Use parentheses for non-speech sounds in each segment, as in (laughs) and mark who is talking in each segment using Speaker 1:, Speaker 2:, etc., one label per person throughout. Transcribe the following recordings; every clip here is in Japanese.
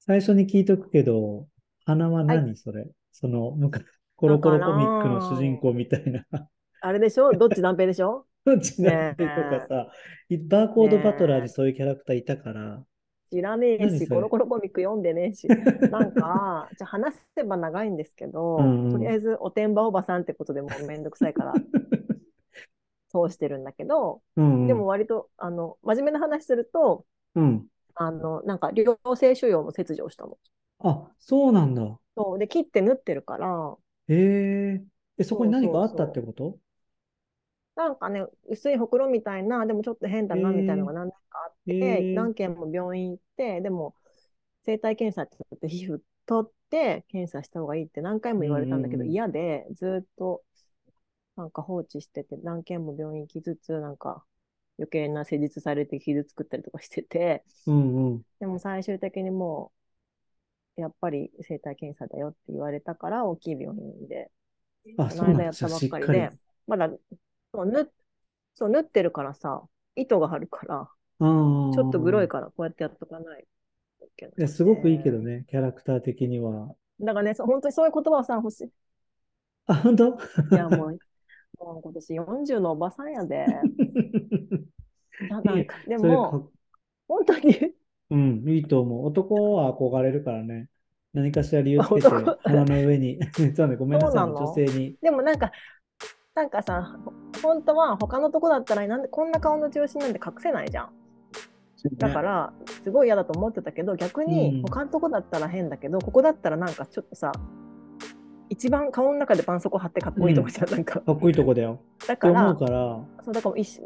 Speaker 1: 最初に聞いとくけど、花は
Speaker 2: はい
Speaker 1: 何それその、昔、コロコロコミックの主人公みたいな。
Speaker 2: あれでしょどっち断平でしょ
Speaker 1: (laughs) 違うとかさ、バーコードバトラーにそういうキャラクターいたから、
Speaker 2: 知らねえ
Speaker 1: 何それ
Speaker 2: し、コロコロコミック読んでねえし。なんか、じゃあ話せば長いんですけど、
Speaker 1: うんうん
Speaker 2: とりあえずおてんばおばさんってことでもうめんどくさいから、 (laughs) そうしてるんだけど、
Speaker 1: うんうん
Speaker 2: でも、割と、あの、真面目な話すると、
Speaker 1: うん。
Speaker 2: あの、なんか、良性腫瘍の切除をしたの。
Speaker 1: あ、そうなんだ。
Speaker 2: そう。で、切って縫ってるから、
Speaker 1: へえ。え、そこに何かあったってこと
Speaker 2: なんかね、薄いほくろみたいな、でもちょっと変だな、
Speaker 1: へー
Speaker 2: みたいなのが何回かあって、
Speaker 1: へー
Speaker 2: 何件も病院行って、でも、生体検査って言って、皮膚取って検査した方がいいって何回も言われたんだけど、
Speaker 1: うん
Speaker 2: 嫌で、ずーっと、なんか放置してて、何件も病院行きつつ、なんか、余計な施術されて傷作ったりとかしてて、
Speaker 1: うんうん。
Speaker 2: でも最終的にもう、やっぱり生体検査だよって言われたから、大きい病院で。
Speaker 1: あ、
Speaker 2: こ
Speaker 1: そ
Speaker 2: の
Speaker 1: うなん
Speaker 2: 間
Speaker 1: だ。
Speaker 2: やっ
Speaker 1: じ
Speaker 2: た
Speaker 1: ゃあ
Speaker 2: ばっ
Speaker 1: しっ
Speaker 2: かり
Speaker 1: かり。
Speaker 2: で、まだそう縫っそう縫ってるからさ、糸が張るか
Speaker 1: う
Speaker 2: ら、
Speaker 1: んうん
Speaker 2: ちょっとグロい
Speaker 1: か
Speaker 2: からこうやってやっとかないといけなく
Speaker 1: い
Speaker 2: て。
Speaker 1: や、すごくいいけどね、キャラクター的には。
Speaker 2: だからね、そう本当にそういう言葉をさ、欲
Speaker 1: (laughs)
Speaker 2: しい。
Speaker 1: あ、本当 (laughs)
Speaker 2: いや、もう、もう今年40のおばさんや
Speaker 1: (laughs)
Speaker 2: で。いやなんかで
Speaker 1: それ
Speaker 2: も、
Speaker 1: か、
Speaker 2: 本当に
Speaker 1: うん、いいと思う。男は憧れるからね。何かしら理由つけて、
Speaker 2: 男
Speaker 1: 鼻の上に。 (laughs) そうね、ごめんなさいね、
Speaker 2: そうなの
Speaker 1: 女性に。
Speaker 2: でもなんか、なんかさ、本当は他のとこだったらなんでこんな顔の中心なんて隠せないじゃん。だか
Speaker 1: ね、
Speaker 2: ら、すごい嫌だと思ってたけど、逆
Speaker 1: うん
Speaker 2: に他のとこだったら変だけど、ここだったらなんかちょっとさ、一番顔の中で絆創膏貼ってかっこいいとこじゃん、なんか。
Speaker 1: かっこいいとこだよ。
Speaker 2: だ
Speaker 1: って
Speaker 2: か
Speaker 1: 思う
Speaker 2: ら、
Speaker 1: から。
Speaker 2: そうだから一生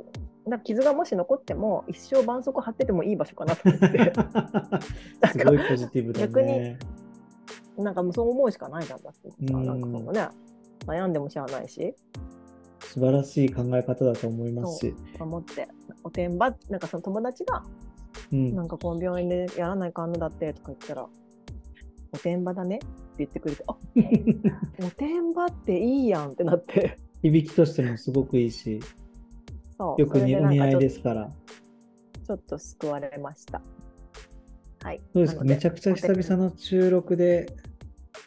Speaker 2: なんか傷がもし残っても、一生絆創膏貼っててもいい場所かなと思って、
Speaker 1: (laughs)
Speaker 2: (laughs)
Speaker 1: すごいポジティブだ
Speaker 2: 逆
Speaker 1: ね。
Speaker 2: なんかもうそう思うしかないじゃん、だってさ、
Speaker 1: うん
Speaker 2: なんかそのね、悩んでもしゃあないし、
Speaker 1: 素晴らしい考え方だと思いますし。
Speaker 2: 思って、おてんば、なんかその友達が、
Speaker 1: うん
Speaker 2: なんかこの病院でやらないかんのだってとか言ったら、おてんばだねって言ってくれて、
Speaker 1: (laughs)
Speaker 2: あおてんばっていいやんってなって。 (laughs)
Speaker 1: 響きとしてもすごくいいし、
Speaker 2: そう。
Speaker 1: よくにお似合いですすから。
Speaker 2: ちょっと救われました。はい。
Speaker 1: そうですか、
Speaker 2: なので
Speaker 1: めちゃくちゃ久々の収録で、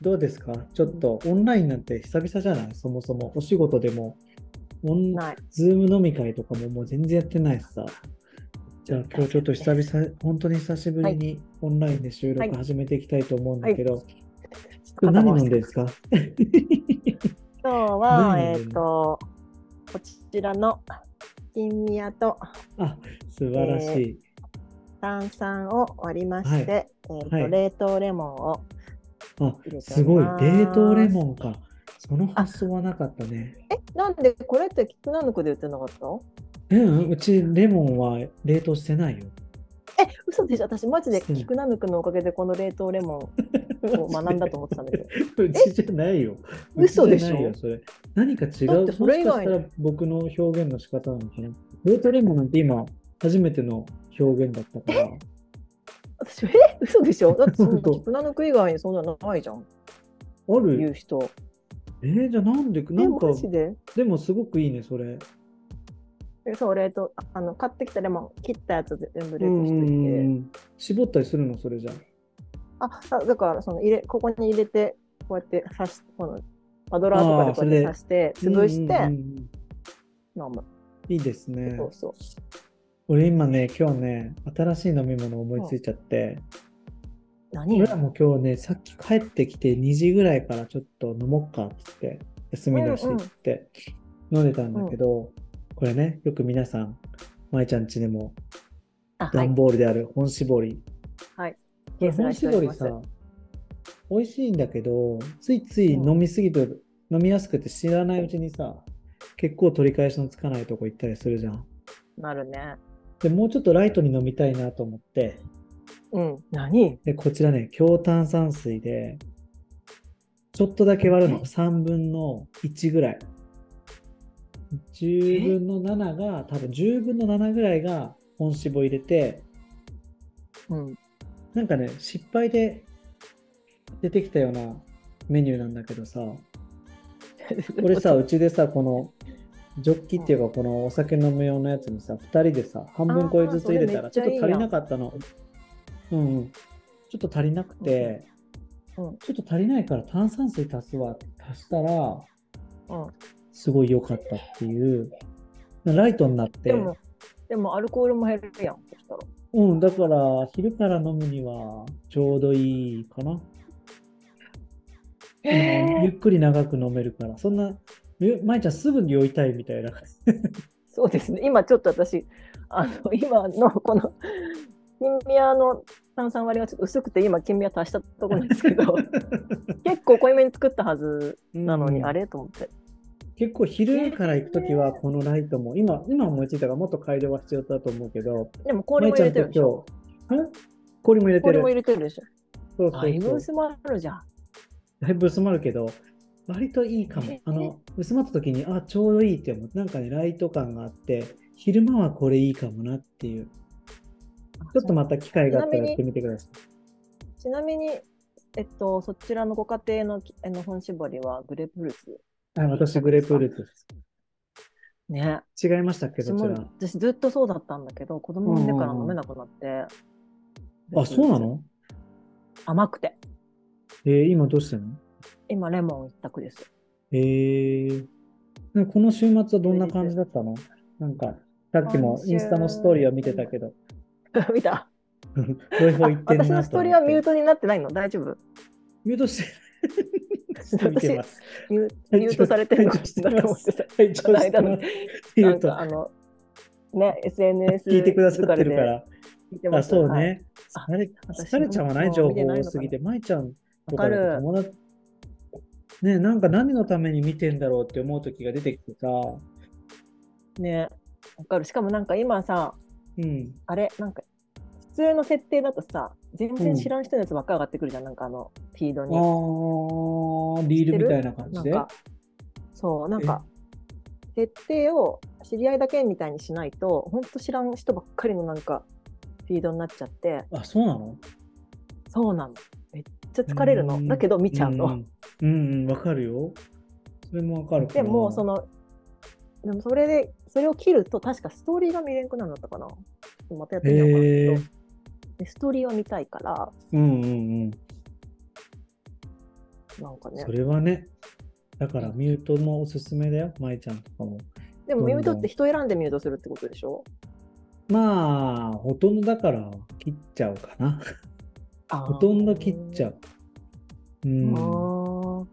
Speaker 1: どうですかちょっとオンラインなんて久々じゃないそもそも。お仕事でも、オン
Speaker 2: ない。
Speaker 1: ズーム飲み会とかももう全然やってないしさ。じゃあ今日ちょっと久 (laughs) 々、本当に久しぶりにオンラインで収
Speaker 2: は
Speaker 1: 録
Speaker 2: い
Speaker 1: 始めていきたいと思うんだけど、
Speaker 2: 肩
Speaker 1: 何飲
Speaker 2: 回
Speaker 1: ん
Speaker 2: し
Speaker 1: でるん
Speaker 2: て
Speaker 1: ですか
Speaker 2: 今日は、
Speaker 1: 何飲ん
Speaker 2: えっ
Speaker 1: で、んの
Speaker 2: と、こちらの金宮と
Speaker 1: あ、素晴らしい。
Speaker 2: 炭酸を割りまして、
Speaker 1: は
Speaker 2: えっと、
Speaker 1: はい
Speaker 2: 冷凍レモンを
Speaker 1: あ
Speaker 2: 入れており、ます
Speaker 1: すごい。冷凍レモンか。その発想はなかったね。
Speaker 2: え、なんでこれって菊南の子で売ってなかった
Speaker 1: うん、うちレモンは冷凍してないよ。
Speaker 2: え、嘘でしょ私マジで
Speaker 1: そう
Speaker 2: 菊南くのおかげでこの冷凍レモンを学んだと思ってたんだけど。
Speaker 1: (laughs) うちじゃないよ。
Speaker 2: 嘘でしょ
Speaker 1: うちじゃないよそれ何か違
Speaker 2: だっ
Speaker 1: う。
Speaker 2: てそれ以
Speaker 1: もしか
Speaker 2: 外
Speaker 1: したら僕の表現の仕方なのかな。冷凍レモンなんて今、初めての表現だったから。 (laughs)
Speaker 2: 私、え嘘でしょだってそんな
Speaker 1: 本当
Speaker 2: 菊南く以外にそんなのないじゃん、
Speaker 1: あ
Speaker 2: 言
Speaker 1: る
Speaker 2: う人。
Speaker 1: えー、じゃあなんでな
Speaker 2: え、
Speaker 1: んか
Speaker 2: マ、ジで
Speaker 1: でもすごくいいね、それ。
Speaker 2: でそう、冷凍、ああの、買ってきたレモン、切ったやつ全部
Speaker 1: う
Speaker 2: 冷凍
Speaker 1: んう
Speaker 2: して
Speaker 1: んう
Speaker 2: いて。
Speaker 1: ん。絞ったりするの、それじゃ。
Speaker 2: あ、あだから、その、入れ、ここに入れて、こうやって刺し、この、パドラーとかでこうやって刺して、潰して
Speaker 1: うんうん
Speaker 2: 飲
Speaker 1: うん
Speaker 2: む。
Speaker 1: いいですね。
Speaker 2: そうそう。
Speaker 1: 俺今ね、今日ね、新しい飲み物思いついちゃって、
Speaker 2: 何
Speaker 1: 俺らも今日ね、さっき帰ってきて2時ぐらいからちょっと飲もうかってって、休みだしってって飲んでたんだけど、これね、よく皆さん、舞ちゃん家でも
Speaker 2: あ、はい
Speaker 1: 段。ボールである本絞り。
Speaker 2: はい。
Speaker 1: これ
Speaker 2: ケースが
Speaker 1: 本
Speaker 2: 一緒
Speaker 1: 絞
Speaker 2: にあり
Speaker 1: り
Speaker 2: ます
Speaker 1: さ、美味しいんだけど、ついつい飲みすぎて、飲みやすくて知らないうちにさ、結構取り返しのつかないとこ行ったりするじゃん。
Speaker 2: なるね。
Speaker 1: で、もうちょっとライトに飲みたいなと思って、
Speaker 2: うん。何
Speaker 1: で、こちらね、強炭酸水で、ちょっとだけ割るの、3分の1ぐらい。10分の7が、多分10分の7ぐらいが本脂肪入れて、
Speaker 2: うん。
Speaker 1: なんかね、失敗で出てきたようなメニューなんだけどさ、俺さ、うちで (laughs) さ、このジョッキっていうか、このお酒飲む用のやつにさ、2人でさ、半分これずつ入れた
Speaker 2: あ
Speaker 1: ら、
Speaker 2: ー
Speaker 1: ちょ
Speaker 2: そ
Speaker 1: っと
Speaker 2: れめっちゃいい
Speaker 1: 足りなかったの。うんうん。ちちょっと足りなくて、
Speaker 2: うんうん
Speaker 1: ちょっと足りないから炭酸水足すわって足したら、
Speaker 2: うん
Speaker 1: すごい良かったっていう、ライトになって
Speaker 2: で、も、でもアルコールも減るやん、そしたら。
Speaker 1: うん、だから昼から飲むにはちょうどいいかな。ゆっくり長く飲めるから、そんな、え舞ちゃんすぐに酔いたいみたいな。
Speaker 2: そうですね、今ちょっと私、あの今のこの、金ビアの炭酸割りがちょっと薄くて、今、金ビア足したところなんですけ
Speaker 1: (laughs)
Speaker 2: ど、結構濃いめに作ったはずなのに、
Speaker 1: うん
Speaker 2: あれと思って。
Speaker 1: 結構昼から行くときはこのライトも、今、今思いついたからもっと改良は必要だと思うけど、
Speaker 2: でも氷も入れてる
Speaker 1: 舞ち
Speaker 2: でし
Speaker 1: ゃんと
Speaker 2: ょ。
Speaker 1: 今日、ん氷も入れて
Speaker 2: 氷
Speaker 1: る
Speaker 2: も。入れてるでしょ。
Speaker 1: そう
Speaker 2: だ
Speaker 1: そう
Speaker 2: いぶ
Speaker 1: そう
Speaker 2: 薄まるじゃん。
Speaker 1: だいぶ薄まるけど、割といいかも
Speaker 2: え。
Speaker 1: あの、薄まった時に、あ、ちょうどいいって思う。なんかね、ライト感があって、昼間はこれいいかもなっていう。ちょっとまた機会があったらやってみてください。
Speaker 2: ちなみに、えっと、そちらのご家庭のきあの本絞りはグレープフルーツ。
Speaker 1: あ私、グレープフルーツで
Speaker 2: ね。
Speaker 1: す。違いましたっけ、
Speaker 2: 私
Speaker 1: そち
Speaker 2: も
Speaker 1: ら。
Speaker 2: 私ずっとそうだったんだけど、子供産んでから飲めなくなって。
Speaker 1: あ、そうなの
Speaker 2: 甘くて。
Speaker 1: えー今どうしてるの
Speaker 2: 今、レモン一択です。 (laughs)
Speaker 1: えー、なんかこの週末はどんな感じだったのなんか、さっきもインスタのストーリーを見てたけど、 (laughs)
Speaker 2: 見た
Speaker 1: ロイホ
Speaker 2: あ
Speaker 1: 行ってんなと思って
Speaker 2: 私のストーリーはミュートになってないの大丈夫
Speaker 1: ミュートしてる。ちょっと見て
Speaker 2: (laughs)
Speaker 1: ます。
Speaker 2: ミュミュートされてるの
Speaker 1: はい
Speaker 2: か
Speaker 1: ちょっと
Speaker 2: なと思ってた。
Speaker 1: はい、ちょっと
Speaker 2: この間
Speaker 1: ミ
Speaker 2: の
Speaker 1: ュ
Speaker 2: (laughs) な
Speaker 1: ー
Speaker 2: ん
Speaker 1: ト
Speaker 2: かあの、ね、SNS
Speaker 1: 聞いてくださってるか
Speaker 2: 疲れ
Speaker 1: ら。
Speaker 2: で聞いて
Speaker 1: あ、
Speaker 2: ます
Speaker 1: そう
Speaker 2: はい
Speaker 1: ね。
Speaker 2: あ
Speaker 1: 疲れ
Speaker 2: 私
Speaker 1: 疲れちゃわない
Speaker 2: もう
Speaker 1: 情
Speaker 2: 見て
Speaker 1: 報
Speaker 2: ないのかな
Speaker 1: 多すぎて。舞ちゃんと
Speaker 2: わか
Speaker 1: か
Speaker 2: る
Speaker 1: だと友達、ね、なんか何のために見てんだろうって思う時が出てきてさ、
Speaker 2: ね、わかる。しかもなんか今さ、
Speaker 1: うん。
Speaker 2: あれ、なんか、普通の設定だとさ、全然知らん人のやつばっかり上がってくるじゃん、なんかあの、フィード
Speaker 1: あ
Speaker 2: に。
Speaker 1: ー、リールみたいな感じ
Speaker 2: なん
Speaker 1: で。
Speaker 2: か、そう、なんか、設定を知り合いだけみたいにしないと、ほんと知らん人ばっかりのなんか、フィードになっちゃって、
Speaker 1: あ、そうなの
Speaker 2: そうなの。めっちゃ疲れる
Speaker 1: う
Speaker 2: の。
Speaker 1: ん
Speaker 2: だけど見ちゃうの。
Speaker 1: うん、うんうん、わかるよ。それもわかるか
Speaker 2: で
Speaker 1: な
Speaker 2: も、その、でもそれで、それを切ると、確かストーリーが見れんくなるんだったかな。またやってみようかな
Speaker 1: へえ
Speaker 2: ちょっとでストーリーを見たいから、
Speaker 1: うんうんうん。
Speaker 2: なんかね
Speaker 1: そ。れはね、だからミュートもおすすめだよ、舞ちゃんとかも。
Speaker 2: で
Speaker 1: ど
Speaker 2: も、
Speaker 1: ん
Speaker 2: ミ
Speaker 1: どん
Speaker 2: ュートって人選んでミュートするってことでしょ
Speaker 1: まあ、ほとんどだから切っちゃうかな。ほとんど切っちゃう。うん。
Speaker 2: う。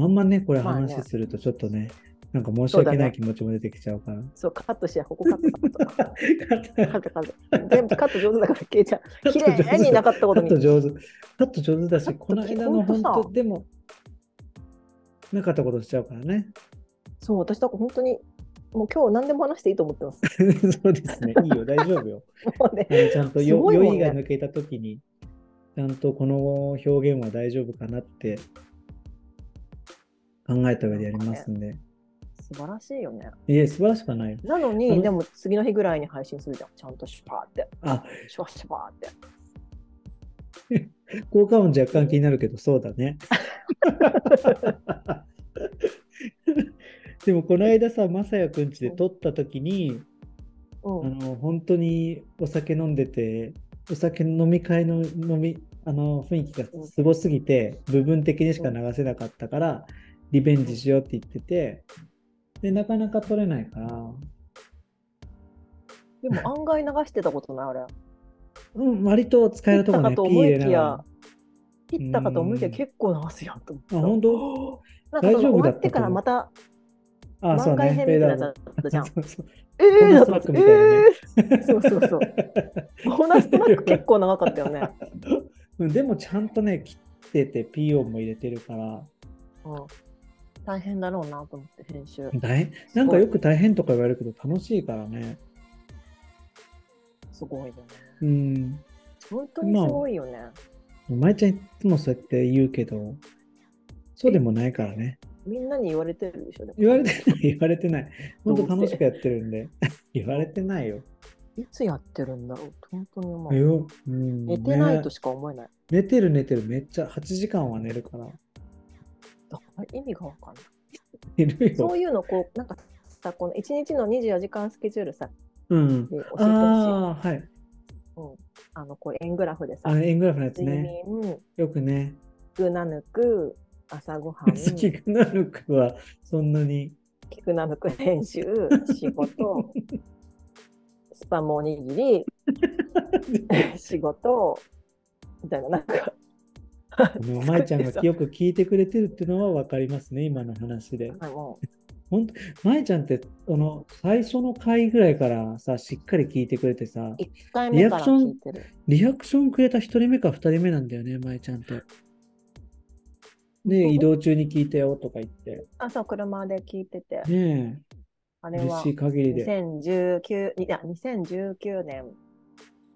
Speaker 1: あんまね、これ
Speaker 2: まあね
Speaker 1: 話するとちょっとね、なんか申し訳ない気持ちも出てきちゃうから。
Speaker 2: そう、カットして、ここカット、カット、カ
Speaker 1: (laughs)
Speaker 2: ット、カット。全部カット上手だから消えちゃう。綺麗になかったこ
Speaker 1: カ
Speaker 2: と
Speaker 1: ット
Speaker 2: に。
Speaker 1: 上手。カット上手だ
Speaker 2: カ
Speaker 1: し、
Speaker 2: ット
Speaker 1: この間の
Speaker 2: ほ
Speaker 1: 本
Speaker 2: んとさ
Speaker 1: 当、でも、なかったことしちゃうから
Speaker 2: (laughs)
Speaker 1: ね。
Speaker 2: そう、私、だから本当に、もう今日何でも話していいと思って (laughs) ます。
Speaker 1: そうですね。いいよ、大丈夫よ。
Speaker 2: もうね
Speaker 1: あ、のちゃんと
Speaker 2: す
Speaker 1: よ
Speaker 2: ごい
Speaker 1: 酔
Speaker 2: もん
Speaker 1: い
Speaker 2: ね
Speaker 1: が抜けたときに、ちゃんとこの表現は大丈夫かなって考えた上でやりますんで。
Speaker 2: 素晴らしいよね。
Speaker 1: いえ、素晴らしくはないよ。
Speaker 2: なの
Speaker 1: あの
Speaker 2: に、でも次の日ぐらいに配信するじゃん。ちゃんとシュパーって。
Speaker 1: あ、
Speaker 2: シュワシュパーって。
Speaker 1: 効果音若干気になるけど、そうだ
Speaker 2: (laughs)
Speaker 1: ね。 (laughs) でもこの間さ、まさやくんちで撮ったときに、
Speaker 2: う
Speaker 1: あ
Speaker 2: ん。
Speaker 1: の本当にお酒飲んでて、お酒の飲み会の飲みあの雰囲気がすごすぎて、部分的にしか流せなかったから、リベンジしようって言ってて、でなかなか取れないから、
Speaker 2: でも案外流してたことない、あれ。
Speaker 1: うん、割と使えるとこ
Speaker 2: 切
Speaker 1: ね、ピ
Speaker 2: ったか (laughs) と
Speaker 1: ー
Speaker 2: 思
Speaker 1: 入
Speaker 2: い
Speaker 1: れなが
Speaker 2: き
Speaker 1: ら。
Speaker 2: や
Speaker 1: あ、
Speaker 2: 切ったかと思いきや結構流すやんと思って。
Speaker 1: 本
Speaker 2: (gasps)
Speaker 1: 当
Speaker 2: なんか
Speaker 1: 大
Speaker 2: その
Speaker 1: 丈夫だ
Speaker 2: 終
Speaker 1: っ
Speaker 2: わ
Speaker 1: た
Speaker 2: ってからまた
Speaker 1: あ、そう
Speaker 2: 満開
Speaker 1: ね、
Speaker 2: 編
Speaker 1: フェ
Speaker 2: み
Speaker 1: ード
Speaker 2: た
Speaker 1: ア
Speaker 2: いな
Speaker 1: ウ
Speaker 2: やつだったじゃん
Speaker 1: ト。。そうそう
Speaker 2: ええ
Speaker 1: ボーナ
Speaker 2: ー
Speaker 1: ストラックみたいなね
Speaker 2: えーそうそうそう。ボーナストラック結構長かったよね。
Speaker 1: (laughs) うんでもちゃんとね、切ってて、ピー音も入れてるから、
Speaker 2: うん、大変だろうなと思って編集。
Speaker 1: 大変なんかよく大変とか言われるけど、楽しいからね。
Speaker 2: すごいよね。
Speaker 1: うん。
Speaker 2: 本当にすごいよね。
Speaker 1: 舞ちゃんいつもそうやって言うけど、そうでもないからね。
Speaker 2: みんなに言われてるでしょ。でも
Speaker 1: 言われてない、言われてない。本当
Speaker 2: どうせ
Speaker 1: 楽しくやってるんで。 (laughs) 言われてないよ。
Speaker 2: いつやってるんだろうって本当に思う。
Speaker 1: ようん、
Speaker 2: 寝てないと
Speaker 1: ね
Speaker 2: しか思えない。
Speaker 1: 寝てる寝てる、めっちゃ8時間は寝るから。
Speaker 2: だから意味がわかんない。
Speaker 1: いる
Speaker 2: そ
Speaker 1: よ。
Speaker 2: ういうのこうなんかさこの一日の24時間スケジュールさ
Speaker 1: うん
Speaker 2: で。教えてほしい。
Speaker 1: ああ、はい。
Speaker 2: うん、あのこう円グラフでさ
Speaker 1: あ、円グラフのやつ
Speaker 2: 睡
Speaker 1: ね。
Speaker 2: 眠
Speaker 1: よくね。
Speaker 2: ぐなぬく朝ごはん
Speaker 1: 好きなるくはそんなに。
Speaker 2: キクナムク練習、仕
Speaker 1: (laughs)
Speaker 2: 事、スパムおにぎり、仕事、みたいな、なんか、
Speaker 1: お前ちゃんがよく聞いてくれてるっていうのは分かりますね、今の話
Speaker 2: (laughs)
Speaker 1: で。
Speaker 2: あの
Speaker 1: 舞ちゃんって、あの、最初の回ぐらいからさ、しっかり聞いてくれてさ、
Speaker 2: 1回目から聞いてる。
Speaker 1: リアクションくれた1人目か2人目なんだよね、舞ちゃんって。ねえ移動中に聞いてよとか言って。
Speaker 2: 朝車で聞いてて、
Speaker 1: ね
Speaker 2: あ
Speaker 1: え、
Speaker 2: れ
Speaker 1: 嬉
Speaker 2: は
Speaker 1: しい限りで。
Speaker 2: 2019いや2019年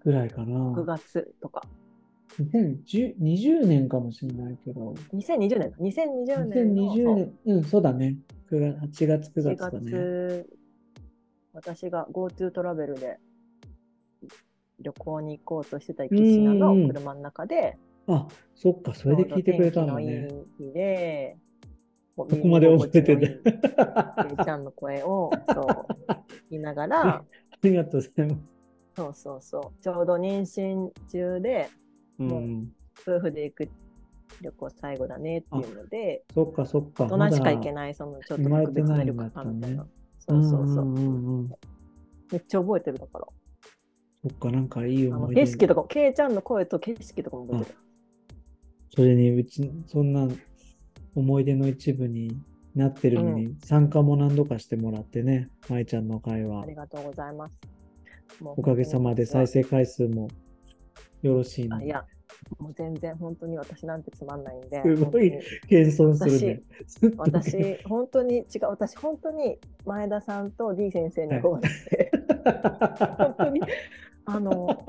Speaker 1: ぐらいか
Speaker 2: 9
Speaker 1: な。
Speaker 2: 月とか、
Speaker 1: 2010 20年かもしれないけど。
Speaker 2: 2020年だ、2020年の
Speaker 1: 2020年、うん、そうだね。9月8月、9
Speaker 2: そう
Speaker 1: 月
Speaker 2: 4
Speaker 1: だ
Speaker 2: 月、
Speaker 1: ね。
Speaker 2: 私が GoTo トラベルで旅行に行こうとしてた行
Speaker 1: う
Speaker 2: き
Speaker 1: んうん
Speaker 2: 品の車の中で、
Speaker 1: あ、そっか、それで聞いてくれたのね。
Speaker 2: ちょうど天気のいい日で、こ
Speaker 1: ここまで覚えてて。
Speaker 2: ちゃんの
Speaker 1: (laughs)
Speaker 2: 声をそう言いながら、
Speaker 1: ありがとうございます。
Speaker 2: そうそうそう、ちょうど妊娠中で、
Speaker 1: うんん、
Speaker 2: 夫婦で行く旅行最後だねっていうので、
Speaker 1: そっかそっか。
Speaker 2: 大人しか行け
Speaker 1: い。
Speaker 2: ない、そのちょっと特別な旅行館みたいな。
Speaker 1: う
Speaker 2: そ
Speaker 1: ん
Speaker 2: う
Speaker 1: う
Speaker 2: そうそう。
Speaker 1: んうんうん。
Speaker 2: めっちゃ覚えてるだから。
Speaker 1: そっか、なんかいい
Speaker 2: あの
Speaker 1: 思い出。
Speaker 2: 景色とかも、ケイちゃんの声と景色とかも覚えてる。
Speaker 1: それに、うち、そんな思い出の一部になってるのに、参加も何度かしてもらってね、舞ちゃんの会
Speaker 2: あ
Speaker 1: は
Speaker 2: り。がとうございます。もう
Speaker 1: おかげさまで再生回数もよろしいの
Speaker 2: あい。や、もう全然本当に私なんてつまんないんで。
Speaker 1: すごい謙遜するね。ずっと
Speaker 2: 私、本当に違う、私、本当に前田さんと D 先生にこうなって、本当に、
Speaker 1: (laughs)
Speaker 2: あの、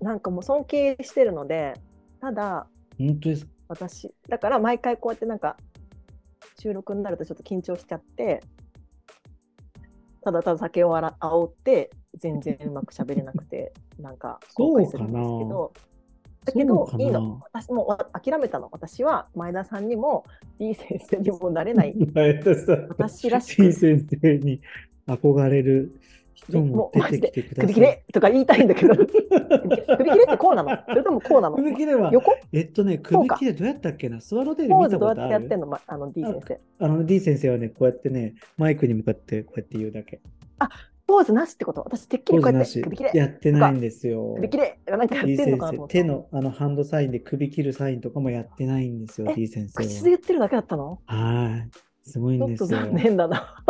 Speaker 2: なんかもう尊敬してるので、ただ、
Speaker 1: 本当ですか。
Speaker 2: 私、だから毎回こうやってなんか、収録になるとちょっと緊張しちゃって、ただただ酒をあら煽って、全然うまく喋れなくて、なんか、後悔するんですけど、だけ
Speaker 1: そう
Speaker 2: ど
Speaker 1: か、ない
Speaker 2: いの。私もうわ諦めたの。私は前田さんにも、D 先生にもなれない
Speaker 1: (laughs) 前田さん。
Speaker 2: 私らし
Speaker 1: T
Speaker 2: く、
Speaker 1: 先生に憧れる人も
Speaker 2: もうマ
Speaker 1: 出
Speaker 2: ジ
Speaker 1: て
Speaker 2: で
Speaker 1: きてください。
Speaker 2: 首切れとか言いたいんだけ
Speaker 1: (laughs)
Speaker 2: ど、首切れってこうなのそれともこうなの
Speaker 1: 首切れは、
Speaker 2: 横
Speaker 1: えっとね、首切れどうやったっけなスワローテール
Speaker 2: ポー
Speaker 1: 見
Speaker 2: ズ
Speaker 1: た
Speaker 2: どう
Speaker 1: こ
Speaker 2: やっ
Speaker 1: と
Speaker 2: て
Speaker 1: あ
Speaker 2: やって
Speaker 1: る
Speaker 2: んの、ま、あの D 先生。
Speaker 1: あの D 先生はね、こうやってね、マイクに向かってこうやって言うだけ。
Speaker 2: ポーズなしってこと私、てっきりこうやって
Speaker 1: ポーズ
Speaker 2: 首切れ
Speaker 1: やってないんですよ。
Speaker 2: 首切れなんかやっ
Speaker 1: D
Speaker 2: てんの
Speaker 1: 先
Speaker 2: かな
Speaker 1: 生
Speaker 2: と思っ、
Speaker 1: 手
Speaker 2: た。
Speaker 1: のあのハンドサインで首切るサインとかもやってないんですよ、
Speaker 2: え
Speaker 1: D 先生
Speaker 2: 口で言ってるだけだったの
Speaker 1: は。はい。すごい
Speaker 2: ち
Speaker 1: ん
Speaker 2: ょ
Speaker 1: で
Speaker 2: っ
Speaker 1: す
Speaker 2: と
Speaker 1: よ。
Speaker 2: 残念だな。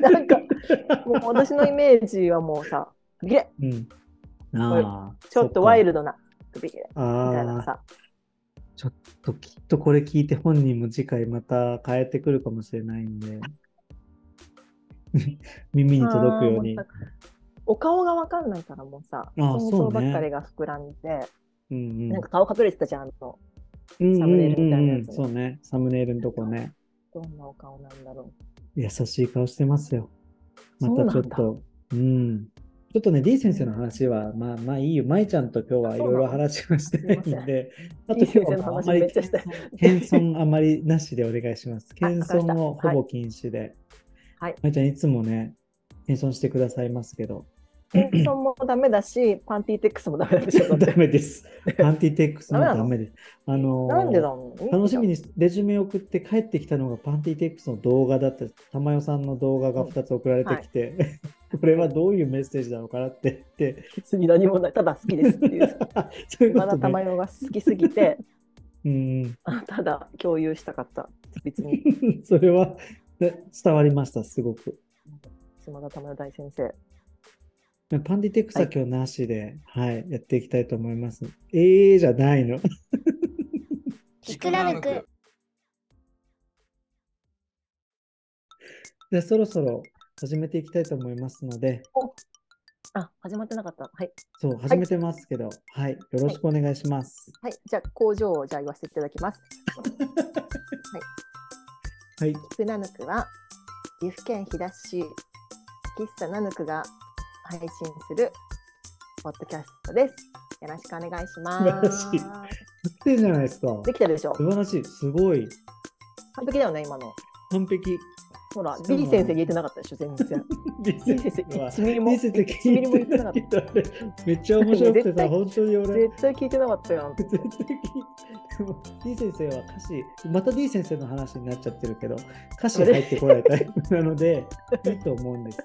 Speaker 1: なん
Speaker 2: か、もう私のイメージはもうさ、首切れ
Speaker 1: (laughs) うん、ああ
Speaker 2: ちょっとワイ
Speaker 1: ル
Speaker 2: ルドな首切れみたい
Speaker 1: あ
Speaker 2: な
Speaker 1: あ
Speaker 2: さ。
Speaker 1: ちょっときっとこれ聞いて本人も次回また変えてくるかもしれないん
Speaker 2: (laughs)
Speaker 1: で耳に届くように
Speaker 2: あー。お顔がわかんないからもうさ、
Speaker 1: あーそ
Speaker 2: 想像
Speaker 1: うね
Speaker 2: ばっかりが膨らんで、
Speaker 1: うんう
Speaker 2: なんんか顔隠れてたじゃん、あの
Speaker 1: うん
Speaker 2: サムネイルみたいな
Speaker 1: うんうんう
Speaker 2: や
Speaker 1: ん
Speaker 2: つね
Speaker 1: そうねサムネイルのとこね
Speaker 2: どんなお顔なんだろ
Speaker 1: 優しい顔してますよま
Speaker 2: そう
Speaker 1: た
Speaker 2: な
Speaker 1: ちょっ
Speaker 2: んだ
Speaker 1: とうんちょっとね D 先生の話はまあまあいいよ舞ちゃんと今日はいろいろ話をしてないん
Speaker 2: すいま
Speaker 1: であ
Speaker 2: D
Speaker 1: と
Speaker 2: 先
Speaker 1: 今日
Speaker 2: 生の
Speaker 1: はあん
Speaker 2: 話
Speaker 1: まり
Speaker 2: めっちゃしたい
Speaker 1: 謙遜あまりなしでお願いします。
Speaker 2: (laughs) あわかりま
Speaker 1: 謙
Speaker 2: した
Speaker 1: 遜をほぼ禁止で。
Speaker 2: はい
Speaker 1: まいちゃん、いつもね、謙遜してくださいますけど、
Speaker 2: う。謙遜もダメだし、パンティーテックスもダメだし。
Speaker 1: ダメ
Speaker 2: (laughs)
Speaker 1: です。アンティテックスも
Speaker 2: ダメな
Speaker 1: ダ
Speaker 2: の
Speaker 1: メです。 (laughs) あのー
Speaker 2: なんでだろう
Speaker 1: 楽しみにレジュメ送って帰ってきたのがパンティテックスの動画だった。玉代さんの動画が2つ送られてきて、 (laughs) これはどういうメッセージなのかなって言 (laughs) って、
Speaker 2: 別に何もない。ただ好きですっ
Speaker 1: (laughs)
Speaker 2: ていう。
Speaker 1: そういうこ
Speaker 2: ま
Speaker 1: と
Speaker 2: だ
Speaker 1: ね
Speaker 2: 玉代が好きすぎて、
Speaker 1: うん、 (laughs)
Speaker 2: あただ共有したかった。別に、
Speaker 1: それはね伝わりました、すごく。
Speaker 2: 島田玉代大先生。
Speaker 1: パンディテックスは
Speaker 2: はい
Speaker 1: 今日なしで、はい、やっていきたいと思います。ええじゃないの。 (laughs)
Speaker 3: キクラムク
Speaker 1: でそろそろ始めていきたいと思いますので、
Speaker 2: あ、始まってなかった。はい。
Speaker 1: そう、始めてますけど、はい、よろしくお願いします。
Speaker 2: はい。じゃあ、工場をじゃあ言わせていただきます。
Speaker 1: はい、
Speaker 2: キクナヌクは岐阜県飛騨市喫茶ナヌクが配信するポッドキャストです。よろしくお願いします。
Speaker 1: 素晴やってるじゃないですか。
Speaker 2: できたでしょ
Speaker 1: 素晴らしい、すごい、
Speaker 2: 完璧だよね、今の。
Speaker 1: 完璧。
Speaker 2: ほら、ビリー先生言えてなかったでしょ、全 (laughs) 然。
Speaker 1: リ
Speaker 2: ビ
Speaker 1: セ
Speaker 2: リー先生、 (laughs)
Speaker 1: は
Speaker 2: 1ミリも、
Speaker 1: リセって聞い
Speaker 2: 1ミリも言って
Speaker 1: て
Speaker 2: なか
Speaker 1: な
Speaker 2: っ
Speaker 1: いけどあれめっちゃ面白くて
Speaker 2: 絶
Speaker 1: さ、
Speaker 2: 対
Speaker 1: 本当に
Speaker 2: た。
Speaker 1: 俺、
Speaker 2: 絶対聞いてなかったよ、あんた
Speaker 1: 絶対聞いて、でも D 先生は歌詞、また D 先生の話になっちゃってるけど、歌詞入ってこられたい (laughs) なので、いいと思うんです。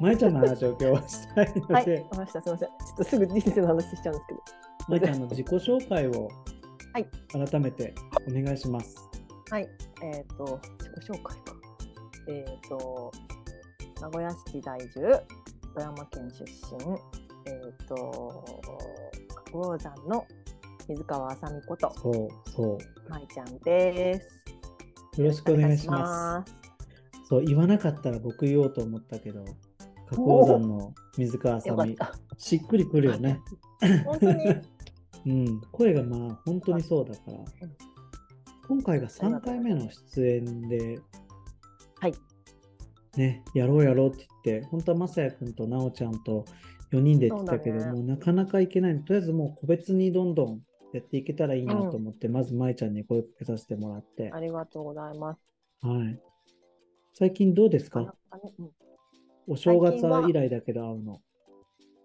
Speaker 1: まえちゃんの話を今日はしたいの
Speaker 2: はい、わ
Speaker 1: で、
Speaker 2: かりました、すみません。ちょっとすぐビリー先生の話しちゃうんですけど。
Speaker 1: まえちゃんの自己紹介を
Speaker 2: はい
Speaker 1: 改めてお願いします。
Speaker 2: はい、えっ、と、自己紹介か。えっ、と、名古屋市在住、富山県出身、えっ、と、覚王山の水川あさみこと、
Speaker 1: そうそう。
Speaker 2: まいちゃんです。
Speaker 1: よろしくお願いします。
Speaker 2: す。
Speaker 1: そう言わなかったら僕言おうと思ったけど、花崗山の水川あさ
Speaker 2: よかっ
Speaker 1: み、
Speaker 2: た。
Speaker 1: しっくりくるよね。
Speaker 2: 本当に。
Speaker 1: うん、声がまあ本当にそうだから、今回が3回目の出演で、
Speaker 2: はい。
Speaker 1: ね、やろうやろうって言って、本当はまさやくんとなおちゃんと4人でやってたけど、
Speaker 2: そうだね
Speaker 1: もうなかなかいけないのとりあえずもう個別にどんどんやっていけたらいいなと思って、まずまいちゃんに声かけさせてもらって、
Speaker 2: ありがとうございます。
Speaker 1: はい。最近どうです
Speaker 2: な
Speaker 1: か
Speaker 2: かなかねうん
Speaker 1: お正月
Speaker 2: 最近は
Speaker 1: 以来だけど会うの。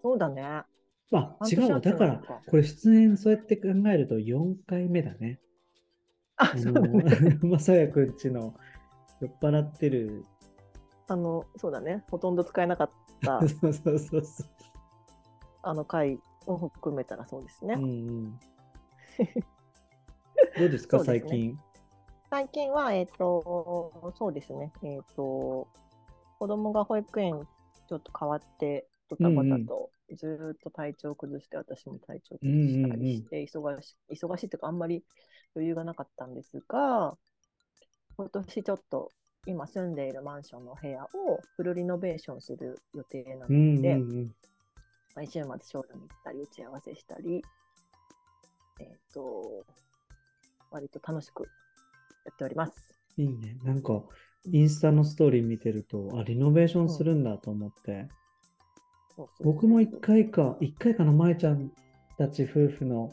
Speaker 2: そうだね。
Speaker 1: あ、
Speaker 2: 半
Speaker 1: 違
Speaker 2: 年
Speaker 1: う
Speaker 2: 会
Speaker 1: わ。
Speaker 2: って
Speaker 1: だ
Speaker 2: ない
Speaker 1: か、
Speaker 2: のから
Speaker 1: これ出演そうやって考えると4回目だね。
Speaker 2: (laughs) あ、そうだね。
Speaker 1: のまさやくんちの酔っ払ってる。
Speaker 2: あの、そうだね。ほとんど使えなかった
Speaker 1: そうそうそうそう。
Speaker 2: あの回を含めたらそうですね。
Speaker 1: うん
Speaker 2: (laughs)
Speaker 1: うん。どうですか、
Speaker 2: そうです
Speaker 1: 最
Speaker 2: ね
Speaker 1: 近。
Speaker 2: 最近は、えっ、と、そうですね。えっ、と、子供が保育園ちょっと変わって、ドタバタとずーっと体調崩して、私も体調崩したりして、忙しい、忙しいというか、あんまり余裕がなかったんですが、今年ちょっと今住んでいるマンションの部屋をフルリノベーションする予定なの
Speaker 1: う
Speaker 2: で、
Speaker 1: んうんうん。
Speaker 2: 毎週末ショールーム行ったり、打ち合わせしたり、えっ、と、割と楽しくやっております。
Speaker 1: いいね。なんか、インスタのストーリー見てると、あ、リノベーションするんだと思って。
Speaker 2: そうそう
Speaker 1: 僕も一回か、一回かな、まえちゃんたち夫婦の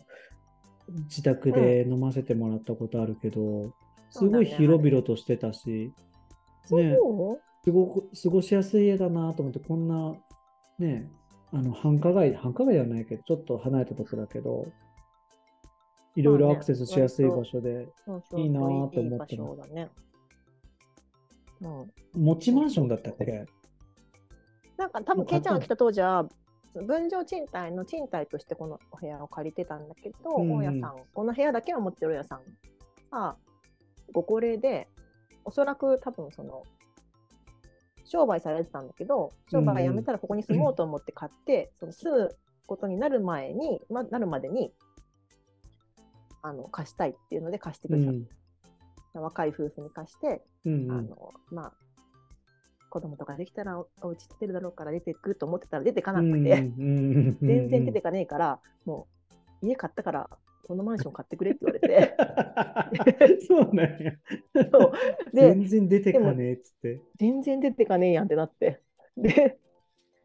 Speaker 1: 自宅で飲ませてもらったことあるけど、すごい広々としてたし、
Speaker 2: そう
Speaker 1: ね、すごく過ごしやすい家だなと思って、こんな、ね、あの繁華街、繁華街ではないけど、ちょっと離れたとこだけど、いろいろアクセスしやすい場所で、
Speaker 2: そうそう
Speaker 1: いいなぁと思ってま
Speaker 2: い
Speaker 1: す
Speaker 2: い場所だね。うん、
Speaker 1: 持ちマンションだったっけ
Speaker 2: なんか
Speaker 1: も
Speaker 2: 多分
Speaker 1: う
Speaker 2: ケ
Speaker 1: 買
Speaker 2: イ
Speaker 1: っ
Speaker 2: ち
Speaker 1: た
Speaker 2: ゃん
Speaker 1: の
Speaker 2: が来た当時は分譲賃貸の賃貸としてこのお部屋を借りてたんだけど、
Speaker 1: うんうん
Speaker 2: 大家さんこの部屋だけは持ってる大家さんがご高齢でおそらく多分その商売されてたんだけど商売辞めたらここに住もうと思って買って、その住むことになる前に、ま、なるまでにあの貸したいっていうので貸してく
Speaker 1: う
Speaker 2: れた、
Speaker 1: ん。
Speaker 2: 若い夫婦に貸して
Speaker 1: うんう
Speaker 2: あ
Speaker 1: ん。
Speaker 2: のまあ子供とかできたらおお家出てるだろうから出てくると思ってたら出てかなくて、
Speaker 1: 全
Speaker 2: 全然出てかねえから、もう家買ったからこのマンション買ってくれって言われて
Speaker 1: (laughs) そうなんや。
Speaker 2: そうで
Speaker 1: 全然出てかねえっつって。
Speaker 2: 全然出てかねえやんってなってで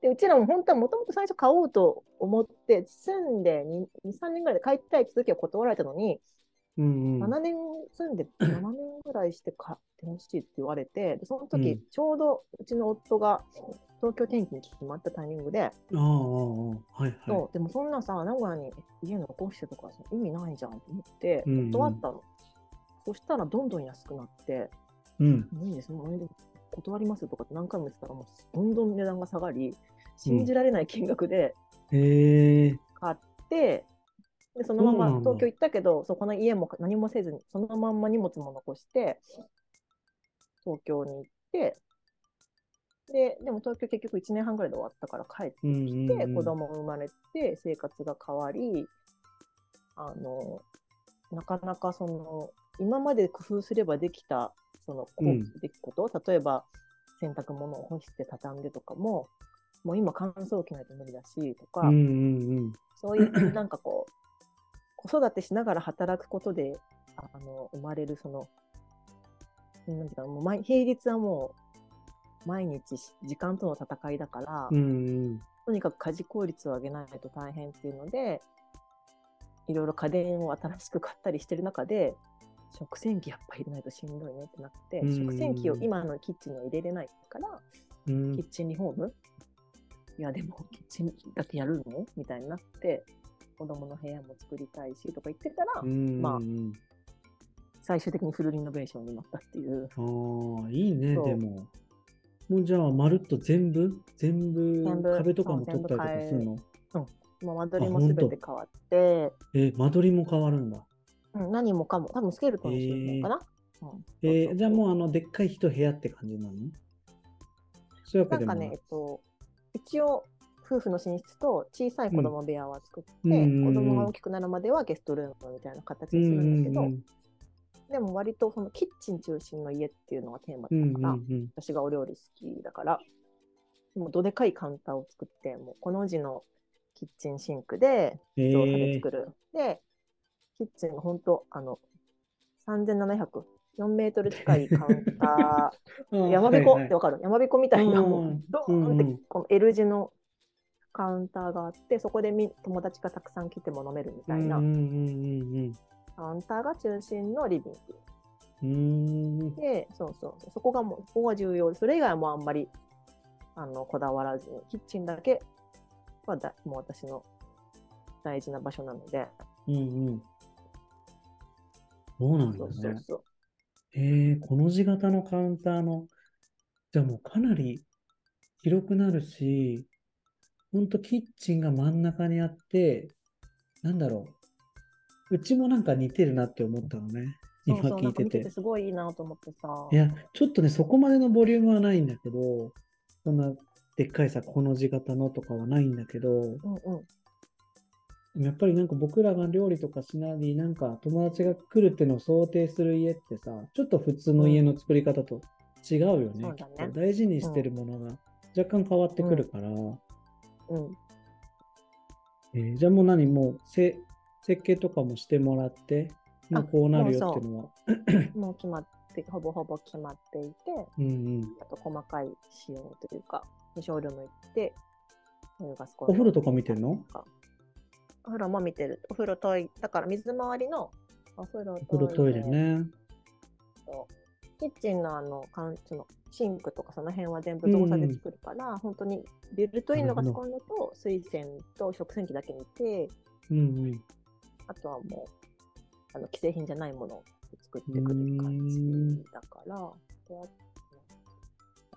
Speaker 2: でうちらも本当はもともと最初買おうと思って住んで23年ぐらいで帰りたいって時は断られたのに、
Speaker 1: うんうん
Speaker 2: 7年住んで7年ぐらいして買ってほしいって言われてでその時、
Speaker 1: うん
Speaker 2: ちょうどうちの夫が東京転勤決まったタイミングで、
Speaker 1: ああああ、ああはいは
Speaker 2: そうでもそんなさ名古屋に家残してとかさ意味ないじゃんと思って
Speaker 1: い。うんうん
Speaker 2: 断ったの、そしたらどんどん安くなって
Speaker 1: うん。
Speaker 2: もういいですもういいです断りますとかって何回も言ってたらもうどんどん値段が下がり信じられない金額で
Speaker 1: へえ。
Speaker 2: 買って、でそのま
Speaker 1: そうな
Speaker 2: ま
Speaker 1: んだ
Speaker 2: 東京行ったけどそこの家も何もせずにそのまんま荷物も残して東京に行ってででも東京結局1年半ぐらいで終わったから帰って
Speaker 1: うんうん
Speaker 2: で
Speaker 1: うん
Speaker 2: 子供生まれて生活が変わりあのなかなかその今まで工夫すればできたそのこう
Speaker 1: うん
Speaker 2: できこと、例えば洗濯物を干して畳んでとかももう今乾燥機ないと無理だしとか、
Speaker 1: うんうんうん。
Speaker 2: そういう (clears throat) なんかこう子育てしながら働くことであの生まれるそのなんていうかもう毎平日はもう毎日し時間との戦いだから、
Speaker 1: うん
Speaker 2: とにかく家事効率を上げないと大変っていうのでいろいろ家電を新しく買ったりしてる中で食洗機やっぱ入れないとしんどいねってなって、
Speaker 1: うん
Speaker 2: 食洗機を今のキッチンには入れれないから、
Speaker 1: うん
Speaker 2: キッチンリフォームいや、でも、キッチンだってやるのみたいになって、子供の部屋も作りたいしとか言ってたら、
Speaker 1: うん
Speaker 2: まあ
Speaker 1: うん
Speaker 2: 最終的にフルリノベーションになったっていう。
Speaker 1: ああ、いいね、で
Speaker 2: そう
Speaker 1: も。もうじゃあ、まるっと全部、全部
Speaker 2: 全部
Speaker 1: 壁とかも取ったりとかするの
Speaker 2: もう間取りも全て変わって、
Speaker 1: え、間取りも変わるんだ。
Speaker 2: うん、何もかも、多分スケルトンにするのかな、
Speaker 1: え
Speaker 2: うん
Speaker 1: ーじゃあもう、あの、でっかい一部屋って感じなのそういうわけ
Speaker 2: なん
Speaker 1: でも
Speaker 2: か
Speaker 1: な
Speaker 2: ね、
Speaker 1: い
Speaker 2: えっ。と、一応、夫婦の寝室と小さい子供部屋は作って、
Speaker 1: うん
Speaker 2: 子供が大きくなるまではゲストルームみたいな形
Speaker 1: う
Speaker 2: にす
Speaker 1: んう
Speaker 2: る
Speaker 1: ん
Speaker 2: だ
Speaker 1: ん
Speaker 2: け
Speaker 1: う
Speaker 2: ど、
Speaker 1: ん
Speaker 2: でも割とそのキッチン中心の家っていうのがテーマだ
Speaker 1: う
Speaker 2: っ
Speaker 1: ん
Speaker 2: た
Speaker 1: う
Speaker 2: から、
Speaker 1: んうん
Speaker 2: 私がお料理好きだから、もうどでかいカウンターを作って、もうこの字のキッチンシンクで
Speaker 1: え
Speaker 2: 造作で
Speaker 1: ー
Speaker 2: 作る。で、キッチンが本当、あの、3700、4メートル近
Speaker 1: (laughs)
Speaker 2: いカウンタ
Speaker 1: あ
Speaker 2: ー、
Speaker 1: ー
Speaker 2: やまびこ
Speaker 1: はいは
Speaker 2: っ
Speaker 1: い
Speaker 2: てわかるやまびこみたいな、
Speaker 1: うん
Speaker 2: もうドー
Speaker 1: うんう
Speaker 2: ンっ
Speaker 1: ん
Speaker 2: てこの L 字のカウンターがあって、そこでみ友達がたくさん来ても飲めるみたいな、
Speaker 1: うんうんうん
Speaker 2: カウンターが中心のリビング。
Speaker 1: うんうん。うーん。
Speaker 2: で、そうそうそう、そこがもう、そこが重要で、それ以外はもうあんまり、あの、こだわらずに、キッチンだけはだ、もう私の大事な場所なので、
Speaker 1: うんうん。そうなん
Speaker 2: そ
Speaker 1: だ
Speaker 2: うそう
Speaker 1: ね。
Speaker 2: そう。
Speaker 1: えー、この字型のカウンターの、じゃあもうかなり広くなるし、ほんとキッチンが真ん中にあって、なんだろう。うちもなんか似てるなって思ったのね。今
Speaker 2: そうそ
Speaker 1: 聞
Speaker 2: う
Speaker 1: いて
Speaker 2: なんか見て
Speaker 1: て
Speaker 2: て。すごいいいなと思ってさ。
Speaker 1: いや、ちょっとね、そこまでのボリュームはないんだけど、そんなでっかいさ、この字型のとかはないんだけど、
Speaker 2: うんうん。
Speaker 1: でもやっぱりなんか僕らが料理とかしなり、なんか友達が来るってのを想定する家ってさ、ちょっと普通の家の作り方と違うよね。
Speaker 2: そうだね
Speaker 1: きっと大事にしてるものが若干変わってくるから。
Speaker 2: うん。
Speaker 1: えーじゃあもう何もうせ設計とかもしてもらって、もうこうなるよっていうのは。
Speaker 2: もう決まって、ほぼほぼ決まっていて、
Speaker 1: うんうん。
Speaker 2: あと細かい仕様というか、ショールーム行って、お湯が少し
Speaker 1: お風呂とか見てんの
Speaker 2: お風呂も見てる。お風呂トイレ、だから水回りのお風呂
Speaker 1: お風呂トイレね。
Speaker 2: とキッチンのあのカウンそのシンクとかその辺は全部動作で作るから、本当にビルトインのガスコンロと水洗と食洗機だけ見て、
Speaker 1: うんうん。
Speaker 2: あとはもうあの既製品じゃないものを作ってくる感じだから、であ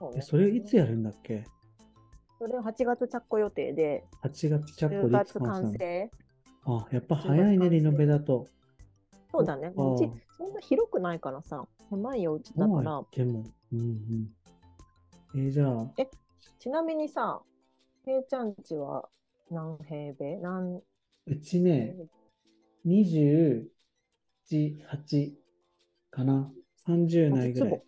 Speaker 2: そう
Speaker 1: え
Speaker 2: ね
Speaker 1: それいつやるんだっけ
Speaker 2: それを8月着工予定で、
Speaker 1: ?8 月着工
Speaker 2: 10
Speaker 1: でいつ完成
Speaker 2: 月
Speaker 1: な
Speaker 2: 完
Speaker 1: の
Speaker 2: 成。
Speaker 1: あ、やっぱ早いね、リノベだと。
Speaker 2: そうだね。
Speaker 1: うん
Speaker 2: うち、そんな広くないからさ、狭いお家だ
Speaker 1: も
Speaker 2: か
Speaker 1: う
Speaker 2: ら、
Speaker 1: でも。うんうん。えーじゃあ、
Speaker 2: ちなみにさ、平ちゃんちは何平米何
Speaker 1: うちね、21、8かな。30内ぐらい。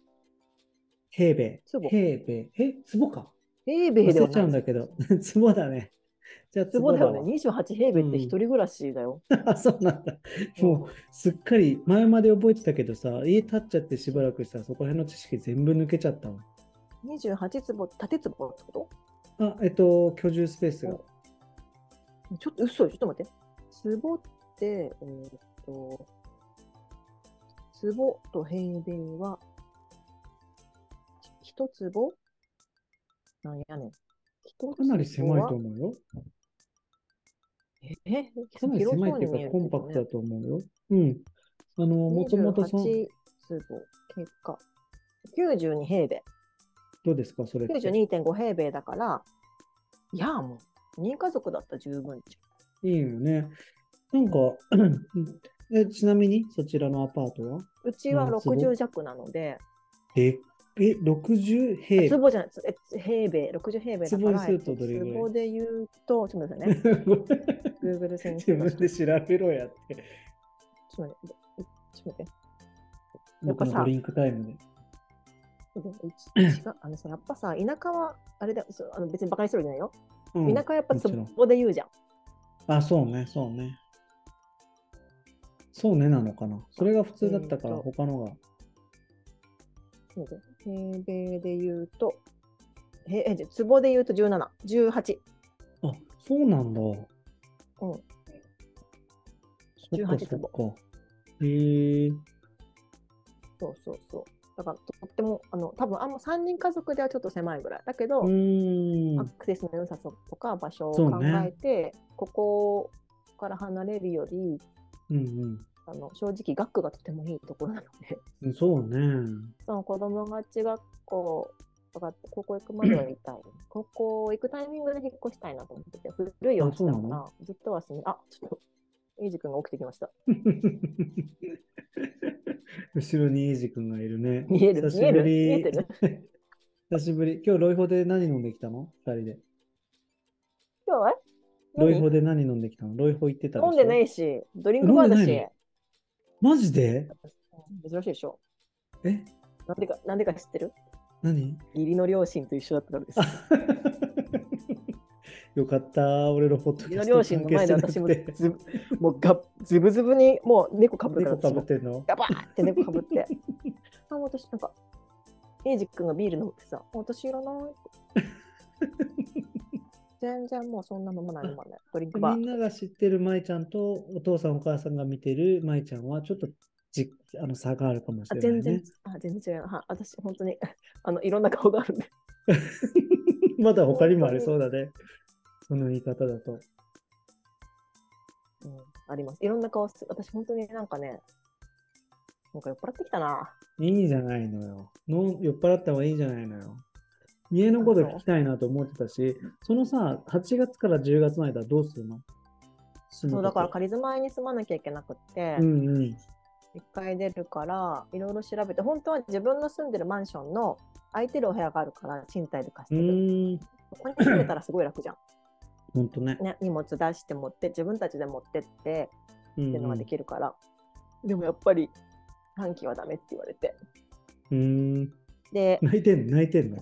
Speaker 1: 平米。
Speaker 2: 坪
Speaker 1: 平米。え、坪か。
Speaker 2: 平米で
Speaker 1: 忘
Speaker 2: は
Speaker 1: れちゃうん
Speaker 2: ない。
Speaker 1: だけど。 (laughs) 坪だね。じゃあ
Speaker 2: 坪
Speaker 1: 坪
Speaker 2: だ
Speaker 1: だ
Speaker 2: よ
Speaker 1: わ。
Speaker 2: ね。28平米って一人暮らしだよ。
Speaker 1: (laughs) あ、そうなんだ。もう、すっかり、前まで覚えてたけどさ、家建っちゃってしばらくしたら、そこら辺の知識全部抜けちゃったわ。
Speaker 2: 28坪、縦坪ってこ
Speaker 1: あ、えっと、居住スペースが。
Speaker 2: とちょっと嘘、ちょっと待って。坪って、えーっと、坪と平米は、一坪なんやねん。一
Speaker 1: かなり狭いと
Speaker 2: 思う。
Speaker 1: 思うよ。
Speaker 2: え
Speaker 1: かなり
Speaker 2: 広
Speaker 1: 狭い
Speaker 2: そう
Speaker 1: っていう
Speaker 2: に
Speaker 1: か、
Speaker 2: 見える
Speaker 1: コンパクトだと思うよ。うん。あの、もともとその、
Speaker 2: 28坪、結果。92平米。
Speaker 1: どうですか、それって。
Speaker 2: 92.5平米だから、いや、もう、2家族だったら十分じ
Speaker 1: いいよね。なんか、 (clears throat) えちなみに、そちらのアパートは
Speaker 2: ゃん。うちは
Speaker 1: うん
Speaker 2: 60弱なので、
Speaker 1: え、え、60
Speaker 2: あ
Speaker 1: 平
Speaker 2: 坪じゃない、つえ平米、60平米だか
Speaker 1: 坪に
Speaker 2: ら、
Speaker 1: するとどれぐらい
Speaker 2: 坪で言うと、ちょっと待ってください
Speaker 1: (laughs)
Speaker 2: ね、Google 先
Speaker 1: 自
Speaker 2: 生が
Speaker 1: 分
Speaker 2: ちょ
Speaker 1: で調べろやって。
Speaker 2: っと待って、ちょっと待ってやっ
Speaker 1: 僕
Speaker 2: ぱさ
Speaker 1: のドリンクタイムで。
Speaker 2: ちょっと待って、うち違う、あのさ、やっぱさ、田舎は、あれだ、そうあの別にバカにするわけじゃないよ。
Speaker 1: うん
Speaker 2: 田舎はやっぱ
Speaker 1: もちろん
Speaker 2: 坪で言うじゃん。
Speaker 1: あ、そうね、そうね。そうねなのかな。それが普通だったから、
Speaker 2: うんと
Speaker 1: 他のが。
Speaker 2: ちょっと待って平米で言うと、へえ、じゃあ坪で言うと17、18。
Speaker 1: あ、そうなんだ。
Speaker 2: うん
Speaker 1: そっか
Speaker 2: 18
Speaker 1: そっか。へえ
Speaker 2: そうそうそう。だからとってもあの多分あんま3人家族ではちょっと狭いぐらいだけど、
Speaker 1: うー
Speaker 2: ア
Speaker 1: ん。
Speaker 2: クセスの良さとか場所を
Speaker 1: そう
Speaker 2: 考
Speaker 1: ね
Speaker 2: えて、ここから離れるより
Speaker 1: うん
Speaker 2: あの正直学区がとてもいいところなので
Speaker 1: うん。そうね。 (laughs)
Speaker 2: その子供が中学校とか高校行くまでは行
Speaker 1: (clears throat)
Speaker 2: きたい。高校行くタイミングで引っ越したいなと思ってて、古いお家だ
Speaker 1: あそう
Speaker 2: か
Speaker 1: な
Speaker 2: ら、ずっとは住み、あ、ちょっと、エイジ君が起きてきました。
Speaker 1: 後ろにエイジ君がいるね。
Speaker 2: 見える、
Speaker 1: 久
Speaker 2: 見
Speaker 1: し
Speaker 2: え
Speaker 1: ぶ
Speaker 2: る、見え
Speaker 1: り
Speaker 2: て。る。
Speaker 1: 久しぶり。今日ロイホで何飲んできたの二人で。
Speaker 2: 今日は
Speaker 1: ロイ
Speaker 2: 何
Speaker 1: ホで何飲んできたのロイホ行ってたでしょ
Speaker 2: 飲んでないし、ドリンクバーだ
Speaker 1: 飲んで
Speaker 2: し
Speaker 1: ない、マジで
Speaker 2: 珍しいでしょ。
Speaker 1: え
Speaker 2: なんでか、なんでか知ってる
Speaker 1: 何 (laughs)
Speaker 2: 義理の両親と一緒だったから (laughs) です。
Speaker 1: よかった。俺のホット
Speaker 2: 義
Speaker 1: キ
Speaker 2: 理
Speaker 1: ャ
Speaker 2: の
Speaker 1: スト
Speaker 2: 両
Speaker 1: と
Speaker 2: 親
Speaker 1: 関係
Speaker 2: の前
Speaker 1: して
Speaker 2: で
Speaker 1: なく
Speaker 2: 私も
Speaker 1: て。
Speaker 2: ず、もうが、ズブズブに、も (laughs) う猫かぶるから、
Speaker 1: 猫かぶ
Speaker 2: 私も
Speaker 1: っ。てんの
Speaker 2: ガバーって猫かぶって。あ、もう私なんか、エイジ君がビール飲んでさ、もう私いらない。全然もうそんな飲まない飲まない。ドリンクバ
Speaker 1: み
Speaker 2: ー
Speaker 1: ん。なが知ってる舞ちゃんとお父さんお母さんが見てる舞ちゃんはちょっとじあの差があるかもし
Speaker 2: あ
Speaker 1: れない、ね。
Speaker 2: 全然、あ全然違うな。は私、本当に (laughs) あのいろんな顔があるんで。
Speaker 1: まだ他にもありそうだね。その言い方だと。
Speaker 2: うん、あります。いろんな顔す私、本当になんかね、なんか酔っ払ってきたな。
Speaker 1: いいじゃないのよ。の酔っ払った方がいいじゃないのよ。家のこと聞きたいなと思ってたし、そのさ、8月から10月の間どうするの住
Speaker 2: そ
Speaker 1: む
Speaker 2: う
Speaker 1: こ
Speaker 2: だ
Speaker 1: と
Speaker 2: から仮住まいに住まなきゃいけなくって、
Speaker 1: うんうん。
Speaker 2: 一回出るから、いろいろ調べて、本当は自分の住んでるマンションの空いてるお部屋があるから、賃貸で貸し
Speaker 1: う
Speaker 2: てる。
Speaker 1: ーん。
Speaker 2: ここに住めたらすごい楽じゃん。
Speaker 1: ほんとね。
Speaker 2: ね、荷物出して持って自分たちで持ってって
Speaker 1: うん
Speaker 2: っていううのが
Speaker 1: ん
Speaker 2: できるから、でもやっぱり短期はダメって言われて
Speaker 1: うーん。
Speaker 2: で
Speaker 1: 泣いてんの泣いてんの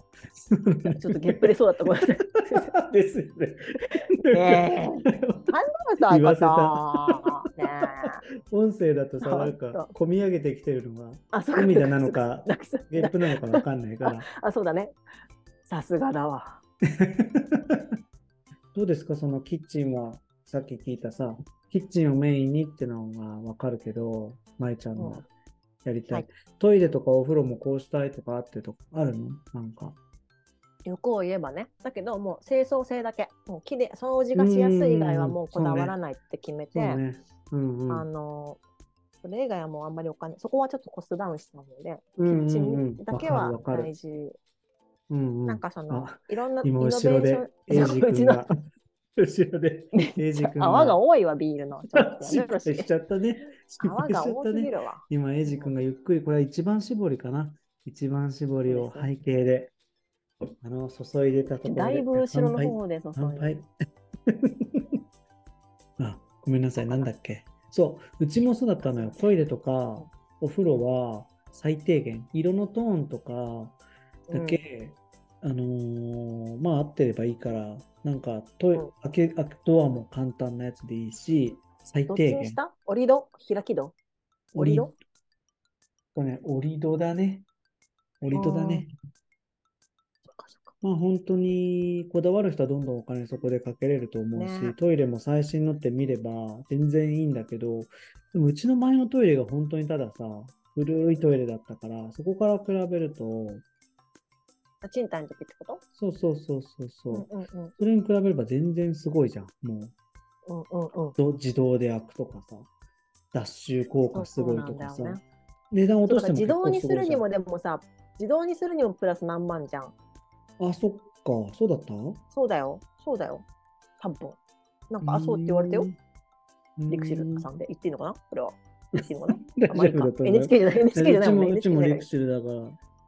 Speaker 2: ちょっとゲップ出そうだったごめんなさい
Speaker 1: ですよね。
Speaker 2: ねなん
Speaker 1: (laughs) 言わせ
Speaker 2: だ (laughs) かさねえ
Speaker 1: 音声だとさ、な
Speaker 2: あ
Speaker 1: んか、こみ上げてきてるのが、
Speaker 2: あそう
Speaker 1: 涙なの
Speaker 2: (laughs)
Speaker 1: か、
Speaker 2: なんかさ
Speaker 1: ゲップなのかわかんないから。
Speaker 2: あそうだねさすがだわ
Speaker 1: (laughs) どうですか、そのキッチンは、さっき聞いたさ、キッチンをメインにってのはわかるけど、舞ちゃん
Speaker 2: う
Speaker 1: の
Speaker 2: ん
Speaker 1: やりたい,、
Speaker 2: はい
Speaker 1: トイレとかお風呂もこうしたいとかあってとかあるのなんか。
Speaker 2: 欲を言えばねだけどもう清掃性だけもうきれい掃除がしやすい以外はもうこだわらないって決めて、
Speaker 1: そうね。うんうん。
Speaker 2: あのそれ以外はもうあんまりお金そこはちょっとコストダウンしたので、
Speaker 1: うん
Speaker 2: キッチ
Speaker 1: うんうん
Speaker 2: ンだけは
Speaker 1: わかるわかる
Speaker 2: 大事
Speaker 1: うんうん
Speaker 2: なんかその
Speaker 1: あ、
Speaker 2: いろんなイ
Speaker 1: 今
Speaker 2: ノベーシ
Speaker 1: 後
Speaker 2: ョ
Speaker 1: ろ
Speaker 2: ン
Speaker 1: で、エイジ
Speaker 2: そううち
Speaker 1: 君
Speaker 2: の
Speaker 1: が、 (laughs) 後ろ
Speaker 2: (laughs)
Speaker 1: で、エイジ君が。
Speaker 2: 泡が多いわ、ビールの。ちょっと
Speaker 1: (laughs) 失
Speaker 2: やめろ
Speaker 1: 敗し
Speaker 2: し
Speaker 1: ちゃったね。失
Speaker 2: 泡
Speaker 1: 敗しちゃ
Speaker 2: が
Speaker 1: っ
Speaker 2: 多
Speaker 1: た
Speaker 2: すぎ
Speaker 1: ね。
Speaker 2: るわ。
Speaker 1: 今、エイジ君がゆっくり、これは一番絞りかな。一番絞りを
Speaker 2: そうです
Speaker 1: 背景で、あの、注いでたところで。
Speaker 2: だいぶ後ろの
Speaker 1: 乾杯
Speaker 2: 方で注
Speaker 1: 乾
Speaker 2: いで
Speaker 1: 杯。 (laughs) あ、ごめんなさい、なんだっけ。そう、うちもそうだったのよ。トイレとか、お風呂は最低限、色のトーンとかだけ、あのーまあ合ってればいいから、なんかトイ、
Speaker 2: うん
Speaker 1: 開け、開くドアも簡単なやつでいいし、最
Speaker 2: どっち
Speaker 1: 低
Speaker 2: に
Speaker 1: 限
Speaker 2: し。た折り戸開き戸折り戸
Speaker 1: これね、折り戸だね。折り戸だね。
Speaker 2: そっかそっか
Speaker 1: まあ本当にこだわる人はどんどんお金そこでかけれると思うし、
Speaker 2: ね
Speaker 1: トイレも最新のって見れば全然いいんだけど、でもうちの前のトイレが本当にたださ、古いトイレだったから、そこから比べると、
Speaker 2: あ賃貸の時ってこと
Speaker 1: そうそうそうそうそうう、
Speaker 2: んうんうん
Speaker 1: それに比べれば全然すごいじゃん。もう
Speaker 2: うんうんうん。
Speaker 1: ど自動で開くとかさ、脱臭効果すごいとか
Speaker 2: そ
Speaker 1: さ、
Speaker 2: うなんだよね
Speaker 1: 値段落
Speaker 2: そう
Speaker 1: と
Speaker 2: だ
Speaker 1: して
Speaker 2: から
Speaker 1: も
Speaker 2: 自
Speaker 1: 結構すごい
Speaker 2: 動にす
Speaker 1: じゃん
Speaker 2: るにもでもさ、自動にするにもプラス何万じゃん。
Speaker 1: あ、そっか、そうだった
Speaker 2: そうだよ、そうだよ。多分。なんか、あ、そうって言われたよ。。リクシルさ
Speaker 1: うん
Speaker 2: で。言っていいのかなこれは。言ってい
Speaker 1: (laughs)
Speaker 2: いのかな
Speaker 1: 大
Speaker 2: あまあい
Speaker 1: 丈夫だ
Speaker 2: いか
Speaker 1: と思う。
Speaker 2: NHK じゃない、NHK じゃないもんね。
Speaker 1: うちもうち
Speaker 2: NHK じゃ
Speaker 1: も
Speaker 2: な
Speaker 1: リ
Speaker 2: い
Speaker 1: クシルだか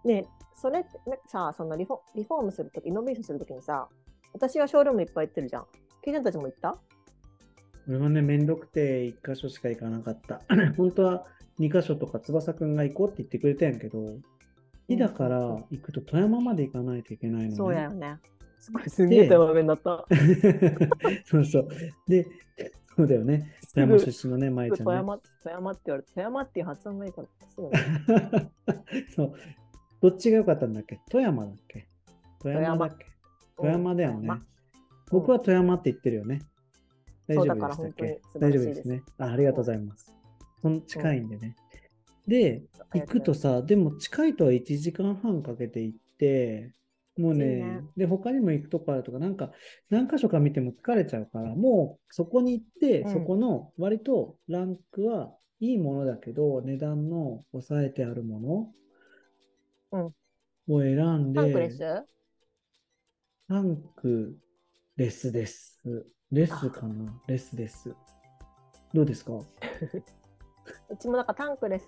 Speaker 1: ら。
Speaker 2: ねそれってなんかさそのリフォリフォームするときイノベーションするときにさ私はショールームいっぱい行ってるじゃんケイちゃんたちも行った
Speaker 1: 俺はね、めんどくて一箇所しか行かなかった。 (clears throat) 本当は二箇所とか翼くんが行こうって言ってくれたんやけど、日だから
Speaker 2: うん
Speaker 1: 行くと富山まで行かないといけないのね。
Speaker 2: そうやよねすごいすんげえたまめになった
Speaker 1: (laughs) そうそう。で、そうだよね。富山出身のね、舞ちゃん、ね。
Speaker 2: 富山富山って言われて富山っていう発音がいいからすぐね
Speaker 1: そう。どっちが良かったんだっけ富山だっけ富山だっけ (laughs) 富山だよ
Speaker 2: うん
Speaker 1: ね
Speaker 2: 富山。
Speaker 1: 僕は富山って言ってるよね。大
Speaker 2: そう
Speaker 1: 丈
Speaker 2: だ
Speaker 1: 夫でしたっ
Speaker 2: から本当に
Speaker 1: け
Speaker 2: 素晴
Speaker 1: 大
Speaker 2: ら
Speaker 1: 丈
Speaker 2: しい
Speaker 1: 夫
Speaker 2: です
Speaker 1: ですねあ。ありがとうございます。その近いんでね。で、行くとさ、でも近いとは1時間半かけて行って、もう
Speaker 3: いい
Speaker 1: ね
Speaker 3: ね、
Speaker 1: で、他にも行くとこあるとか、なんか、何箇所か見ても疲れちゃうから、もうそこに行って、
Speaker 2: うん
Speaker 1: そこの割とランクはいいものだけど、値段の抑えてあるも
Speaker 2: うん
Speaker 1: のを選んで、
Speaker 3: パンクレス
Speaker 1: タンクレスです。レスかなレスです。どうですか
Speaker 2: うちもだからタンクレ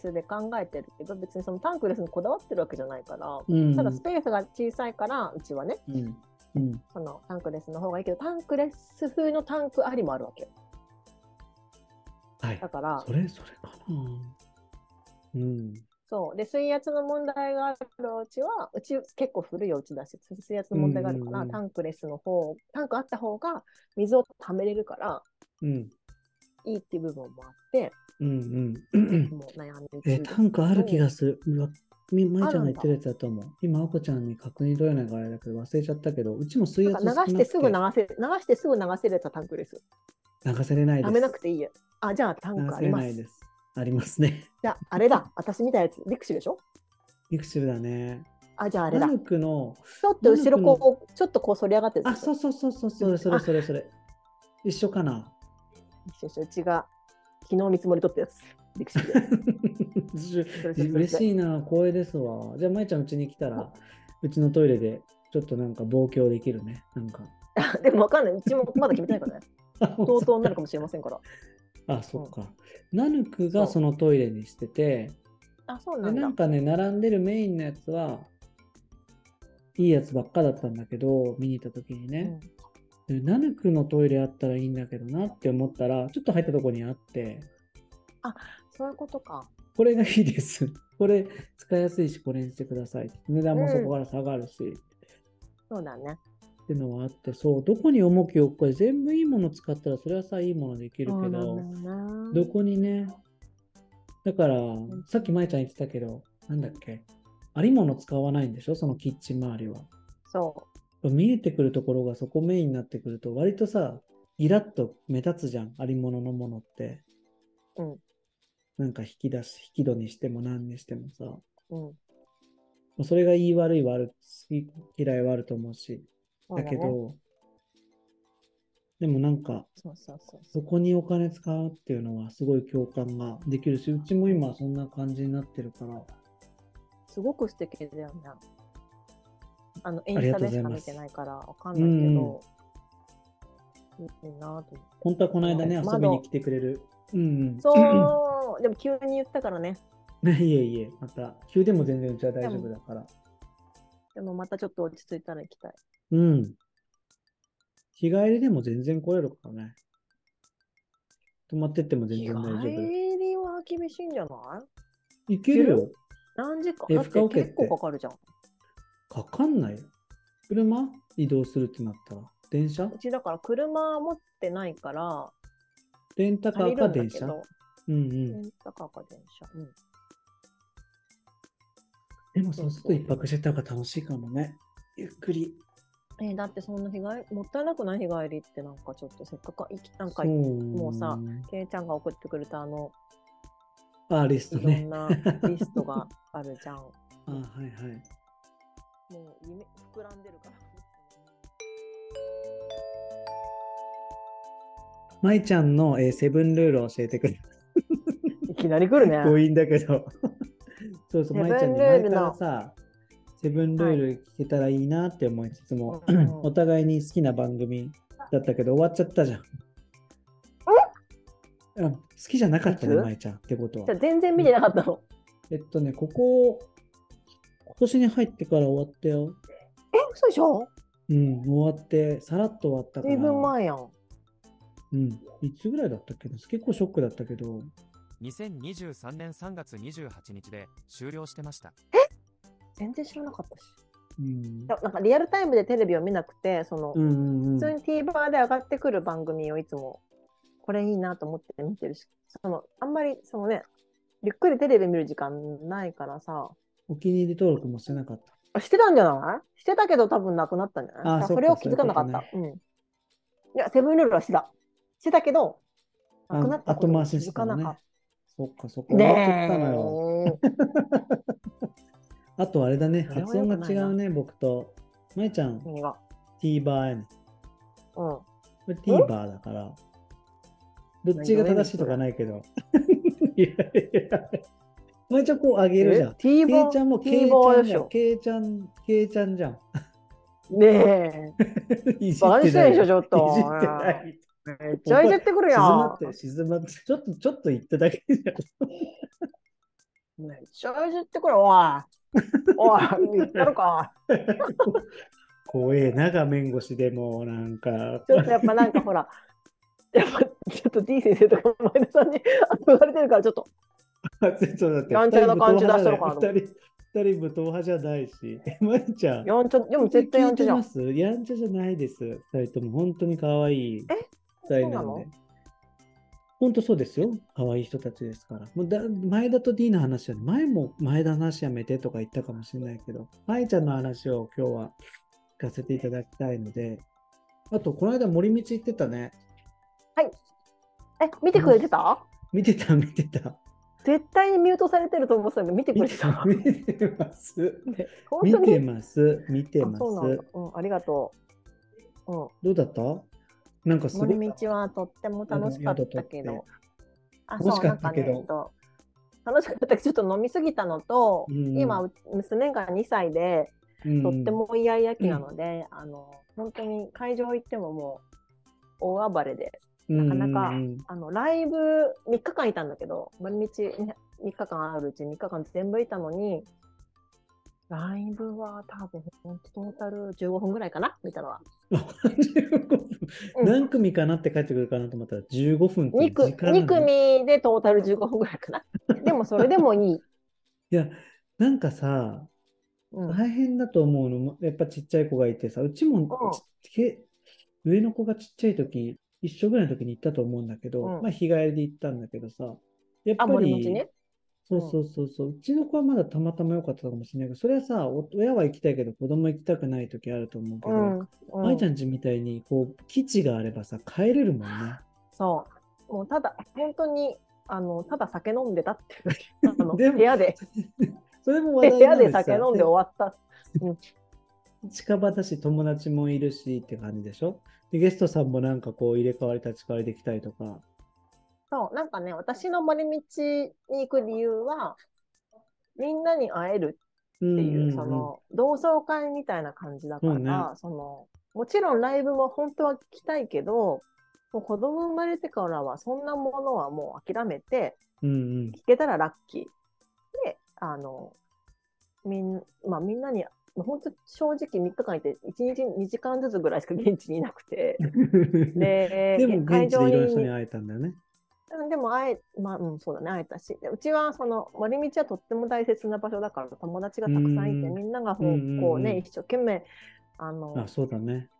Speaker 2: スで考えてるけど別にそのタンクレスにこだわってるわけじゃないから、
Speaker 1: うん。
Speaker 2: ただスペースが小さいからうちはね
Speaker 1: うん。うん。
Speaker 2: そのタンクレスの方がいいけどタンクレス風のタンクありもあるわけよ
Speaker 1: はい
Speaker 2: だ。から
Speaker 1: それ、それかなうん。
Speaker 2: そうで水圧の問題があるうちはうち結構古いお家だし水圧の問題があるから、
Speaker 1: うんうんうん
Speaker 2: タンクレスの方タンクあった方が水を溜めれるから
Speaker 1: うん。
Speaker 2: いいっていう部分もあって
Speaker 1: うんうん。
Speaker 2: もう悩み
Speaker 1: え、
Speaker 2: 中です
Speaker 1: タンクある気がする。うわ、み、まいちゃんが
Speaker 2: あ
Speaker 1: 言
Speaker 2: るんだ
Speaker 1: ってるやつだと思う。今、あこちゃんに確認取れないからあれだけど、忘れちゃったけど、うちも水
Speaker 2: な
Speaker 1: 圧少
Speaker 2: ん
Speaker 1: な
Speaker 2: か
Speaker 1: くて
Speaker 2: 流してすぐ流せ流してすぐ流せるやつはタンクレス
Speaker 1: 流せれないで
Speaker 2: 溜
Speaker 1: す。
Speaker 2: めなくていいやあじゃあタンク
Speaker 1: 流
Speaker 2: あ
Speaker 1: せ
Speaker 2: り
Speaker 1: れ
Speaker 2: ま
Speaker 1: な
Speaker 2: す
Speaker 1: いです。ありますね。 (laughs)
Speaker 2: じゃあ、あれだ。私見たやつ。リクシブでしょ
Speaker 1: いくつだね。
Speaker 2: あ、じゃああれだ。
Speaker 1: マ
Speaker 2: ち
Speaker 1: ルクの、
Speaker 2: ょっと後ろこう、ちょっとこう反り上がってる。
Speaker 1: あ、そうそうそうそう、それそれそれそれ。一緒かな。
Speaker 2: 一緒一緒うちが昨日見積もり取ったやつ。リクシブで。
Speaker 1: (laughs)
Speaker 2: それそれそれ
Speaker 1: 嬉しいな、光栄ですわ。じゃあ、まいちゃん、うちに来たら、うちのトイレで、ちょっとなんか、望郷できるね。なんか。
Speaker 2: あでもわかんない。うちもまだ決めてな
Speaker 1: (laughs)
Speaker 2: いからね。
Speaker 1: あ
Speaker 2: とうとうになるかもしれませんから。
Speaker 1: (laughs) あ、そっか。ナヌクが
Speaker 2: そう
Speaker 1: そのトイレにしてて、
Speaker 2: あ、そうな
Speaker 1: で、
Speaker 2: ん
Speaker 1: な
Speaker 2: だ
Speaker 1: ん。かね、並んでるメインのやつは、いいやつばっかだったんだけど、見に行った時にね、でナヌクのトイレあったらいいんだけどなって思ったら、ちょっと入ったとこにあって、
Speaker 2: そういうことか。
Speaker 1: これがいいです。これ使いやすいし、これにしてください。値段もそこから下がるし、っ
Speaker 2: そうだね。
Speaker 1: ていうのはあって、そう、どこに重きを置くか、全部いいもの使ったら、それはさ、いいものできる
Speaker 2: そう
Speaker 1: け
Speaker 2: なんだ
Speaker 1: ど
Speaker 2: よ、な
Speaker 1: どこにね、だから、さっき舞ちゃん言ってたけど、なんだっけ、ありもの使わないんでしょ、そのキッチン周りは。
Speaker 2: そ
Speaker 1: 見えてくるところがそこメインになってくると、割とさ、イラッと目立つじゃん、ありもののものって。
Speaker 2: うん
Speaker 1: なんか引き出し、引き戸にしても何にしてもさ、も
Speaker 2: う。うん。
Speaker 1: うそれが言い悪い悪い、好き嫌いはあると思うし、
Speaker 2: そう
Speaker 1: だ
Speaker 2: ね
Speaker 1: け。ど、でもなんか、
Speaker 2: そうそうそうそ
Speaker 1: そこにお金使うっていうのはすごい共感ができるし、うちも今そんな感じになってるから、
Speaker 2: う。すごく素敵だよね。あの、イン
Speaker 1: あり
Speaker 2: ス
Speaker 1: が
Speaker 2: タ
Speaker 1: とう
Speaker 2: で
Speaker 1: ございま
Speaker 2: しか見
Speaker 1: す
Speaker 2: てないからわかんないけど。いいなと思って。
Speaker 1: 本当はこの間ね、
Speaker 2: 窓
Speaker 1: 遊びに来てくれる。うん、 (laughs)
Speaker 2: そう、でも急に言ったからね。
Speaker 1: うん。 (laughs) いえいえ、また、急でも全然うちは大丈夫だから。
Speaker 2: でもまたちょっと落ち着いたら行きたい。
Speaker 1: うん。日帰りでも全然来れるからね。泊まってっても全
Speaker 2: 日帰
Speaker 1: 然大丈夫。
Speaker 2: りは厳しいんじゃない
Speaker 1: いけるよ。
Speaker 2: 何時間
Speaker 1: え
Speaker 2: だっ
Speaker 1: 深
Speaker 2: て
Speaker 1: 尾家って
Speaker 2: 結構かかるじゃん。
Speaker 1: かかんないよ。車移動するってなったら。電車
Speaker 2: うちだから車持ってないから、
Speaker 1: レンタカ
Speaker 2: 借
Speaker 1: ー
Speaker 2: り
Speaker 1: か
Speaker 2: るんだ
Speaker 1: 電
Speaker 2: け
Speaker 1: 車
Speaker 2: ど、
Speaker 1: うんうん。
Speaker 2: レンタカーか電車。うん
Speaker 1: でもそうすると
Speaker 2: そうそう
Speaker 1: 一泊してた方が楽しいかもね。ゆっくり。
Speaker 2: えーだってそんな日帰り、もったいなくない日帰りってなんかちょっとせっかく行き、なんか、
Speaker 1: も
Speaker 2: うさ。けいちゃんが送ってくれたあの、
Speaker 1: あーリスト
Speaker 2: いろ
Speaker 1: ね
Speaker 2: ん。なリストがあるじゃん。も
Speaker 1: あーはいはい。
Speaker 2: う夢、膨らんでるから。
Speaker 1: まいちゃんの、えーセブンルールを教えてくれ
Speaker 2: いきなり来るね。
Speaker 1: 強引だけど。 (laughs) そうそう、
Speaker 2: セブ
Speaker 1: ま
Speaker 2: ン
Speaker 1: いちゃんに
Speaker 2: ルー
Speaker 1: 前
Speaker 2: ルの
Speaker 1: からさ、セブンルール聞けたらいいなって思いつつも、
Speaker 2: うんうん
Speaker 1: (clears throat) お互いに好きな番組だったけど終わっちゃったじゃん。うん好きじゃなかったね、
Speaker 2: いつ
Speaker 1: まいちゃんってことは
Speaker 2: じゃ。あ全然見てなかったの。
Speaker 1: えっとね、ここ、今年に入ってから終わったよ。
Speaker 2: え、嘘でしょ
Speaker 1: うん、終わって、さらっと終わったから。
Speaker 2: 随分前やん。
Speaker 1: うん、いつぐらいだったっけな結構ショックだったけど、
Speaker 4: 2023年3月28日で終了してました。
Speaker 2: 全然知らなかったし。
Speaker 1: うん
Speaker 2: で、もなんかリアルタイムでテレビを見なくて、その、
Speaker 1: うんうんうん
Speaker 2: 普通に TVer で上がってくる番組をいつも、これいいなと思って見てるし、その、あんまり、そのね、ゆっくりテレビ見る時間ないからさ、
Speaker 1: お気に入り登録もしてなかった。
Speaker 2: あしてたんじゃないしてたけど多分なくなったんじゃない
Speaker 1: あ
Speaker 2: だか
Speaker 1: そ
Speaker 2: ら
Speaker 1: っ
Speaker 2: そ
Speaker 1: か
Speaker 2: れを気づかなかった。うん。いや、セブンルールはしてた。してたけど、
Speaker 1: あ
Speaker 2: なくなったこと
Speaker 1: 後
Speaker 2: に
Speaker 1: 回し
Speaker 2: 気
Speaker 1: して
Speaker 2: づ
Speaker 1: た
Speaker 2: か
Speaker 1: の
Speaker 2: な
Speaker 1: ね
Speaker 2: かった。
Speaker 1: そっかそっか。俺も
Speaker 2: ね
Speaker 1: 撮ったのよ
Speaker 2: え。
Speaker 1: あとあれだね、
Speaker 2: それは
Speaker 1: 発音が違うね、僕と。まいちゃん、
Speaker 2: 何が。
Speaker 1: TVer やねん。こ
Speaker 2: うん。
Speaker 1: れ TVer だから。どっちが正しいとかないけど。 (laughs) いやいやいや。まいちゃんこう上げるじゃん。
Speaker 2: T
Speaker 1: けいちゃんもけいちゃ
Speaker 2: TVer
Speaker 1: ん
Speaker 2: で
Speaker 1: じ
Speaker 2: し
Speaker 1: ゃん。
Speaker 2: ょ。
Speaker 1: けいちゃん、けいちゃんじゃん。 (laughs)
Speaker 2: ねえ。
Speaker 1: いじって
Speaker 2: バカ
Speaker 1: ない
Speaker 2: にしてんでしょ、ちょっと。
Speaker 1: いじってない。
Speaker 2: めっちゃいじってくる
Speaker 1: 静
Speaker 2: や
Speaker 1: まっ
Speaker 2: ん
Speaker 1: て。る、静まってる。ちょっと、ちょっと言っただけじゃん。
Speaker 2: めっちゃいじってくる、おい。おい、言ったの
Speaker 1: (laughs)
Speaker 2: か。
Speaker 1: 怖えな、画面越しでもう、なんか
Speaker 2: ち。ょっとやっぱなんかほら、やっぱちょっと D 先生とか前田さんに憧れてるから、ちょっと、
Speaker 1: そうだって
Speaker 2: やんちゃな感じ出してるから
Speaker 1: 二人、二人武闘派じゃないし。えまいちゃん。
Speaker 2: やんちゃ、でも絶対やんちゃじゃ
Speaker 1: 聞い
Speaker 2: ん。
Speaker 1: てますやんちゃじゃないです。二人とも本当に可愛い。
Speaker 2: え
Speaker 1: 二人
Speaker 2: そうな
Speaker 1: なん
Speaker 2: の
Speaker 1: で。本当そうですよ。可愛い人たちですから。もうだ前田と D の話は、前も前田の話やめてとか言ったかもしれないけど、舞ちゃんの話を今日は聞かせていただきたいので、あと、この間森道行ってたね。
Speaker 2: え、見てくれてた
Speaker 1: 見てた、見てた。
Speaker 2: 絶対にミュートされてると思ってたんで、見てく
Speaker 1: 見
Speaker 2: れて
Speaker 1: てた
Speaker 2: た。
Speaker 1: 見てます。
Speaker 2: 本
Speaker 1: 見
Speaker 2: 当
Speaker 1: て
Speaker 2: に
Speaker 1: ます。見て
Speaker 2: あ
Speaker 1: ま
Speaker 2: そうなんだ
Speaker 1: す。。
Speaker 2: うん、ありがとう。うん、
Speaker 1: どうだったなんかすごい。
Speaker 2: 森道はとっても楽しかったけ
Speaker 1: うん
Speaker 2: ど。あ、
Speaker 1: 楽
Speaker 2: そ
Speaker 1: し
Speaker 2: う、
Speaker 1: か
Speaker 2: なん
Speaker 1: った
Speaker 2: か
Speaker 1: け
Speaker 2: ね、
Speaker 1: ど
Speaker 2: えっと楽しかったけど、ちょっと飲みすぎたのと、
Speaker 1: うん
Speaker 2: 今、う娘が2歳で、とってもイヤイヤ期なので、あの本当に会場行ってももう大暴れで
Speaker 1: な
Speaker 2: かなかあのライブ3日間いたんだけど毎日ね3日間あるうち3日間全部いたのにライブは多分本当トータル15分ぐらいかな見たのは、うん
Speaker 1: 何組かなって帰ってくるかなと思ったら15分ってい
Speaker 2: 2,
Speaker 1: う時間なの
Speaker 2: 組でトータル15分ぐらい
Speaker 1: (laughs)
Speaker 2: かなでもそれでもいい、
Speaker 1: いやなんかさ
Speaker 2: うん
Speaker 1: 大変だと思うのやっぱちっちゃい子がいてさうちも
Speaker 2: うん
Speaker 1: ちけ上の子がちっちゃい時一緒ぐらいの時に行ったと思うんだけど、
Speaker 2: うん
Speaker 1: まあ日帰りで行ったんだけどさやっぱ
Speaker 2: あ森
Speaker 1: り、
Speaker 2: 町ね
Speaker 1: そうそうそうそう、うちの子はまだたまたま良かったかもしれないけどそれはさお親は行きたいけど子供行きたくない時あると思うけ
Speaker 2: う
Speaker 1: ど、
Speaker 2: ん、うん、
Speaker 1: 舞ちゃんちみたいにこう基地があればさ帰れるもんね。
Speaker 2: そうもうただ本当にあのただ酒飲んでたってい
Speaker 1: (laughs)
Speaker 2: うあの
Speaker 1: でも
Speaker 2: 部屋で
Speaker 1: それも話
Speaker 2: で
Speaker 1: 題
Speaker 2: (laughs)
Speaker 1: になる
Speaker 2: 部屋で
Speaker 1: しさ
Speaker 2: 酒飲んで終わった。
Speaker 1: 近場だし友達もいるしって感じでしょでゲストさんもなんかこう入れ替わり立ち替わりできたりとか。
Speaker 2: そう、なんかね、私の森道に行く理由は、みんなに会える
Speaker 1: って
Speaker 2: っていう、その、同窓会みたいな感じだから、
Speaker 1: そうね
Speaker 2: その、もちろんライブも本当は聞きたいけど、もう子供生まれてからは、そんなものはもう諦めて、
Speaker 1: うん
Speaker 2: 聞けたらラッキー。で、あの、みん、まあみんなに、本当正直3日間いて、1日2時間ずつぐらいしか現地にいなく
Speaker 1: (laughs)
Speaker 2: て、
Speaker 1: うん。
Speaker 2: で
Speaker 1: でも現地でいろんな人
Speaker 2: に
Speaker 1: に会えたんだよね。
Speaker 2: うんでもあえ、まあ、うん、そうだね、会えたし。でうちは、その、森道はとっても大切な場所だから、友達がたくさんいて、
Speaker 1: うん
Speaker 2: みんながこう、
Speaker 1: うんうんうん
Speaker 2: こうね、一生懸命、あの
Speaker 1: あ、、そうだね。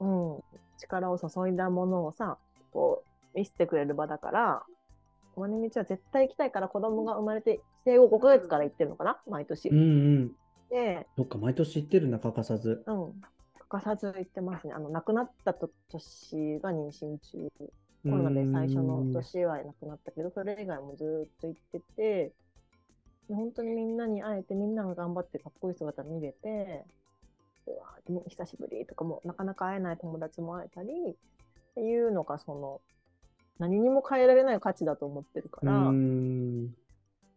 Speaker 2: うん、力を注いだものをさ、こう、見せてくれる場だから、森道は絶対行きたいから、子供が生まれて、生後5ヶ月から行ってるのかな、毎年。
Speaker 1: うんうん。
Speaker 2: で、
Speaker 1: そっか、毎年行ってるな、欠かさず。
Speaker 2: うん、欠かさず行ってますね。あの、亡くなったと年が妊娠中。コ
Speaker 1: うん
Speaker 2: ロナで最初の年はなくなったけど、それ以外もずーっと行ってて、で本当にみんなに会えて、みんなが頑張ってかっこいい姿見れて、うわーでも久しぶりとかも、なかなか会えない友達も会えたり、っていうのが、その、何にも変えられない価値だと思ってるか
Speaker 1: う
Speaker 2: ら、
Speaker 1: ん。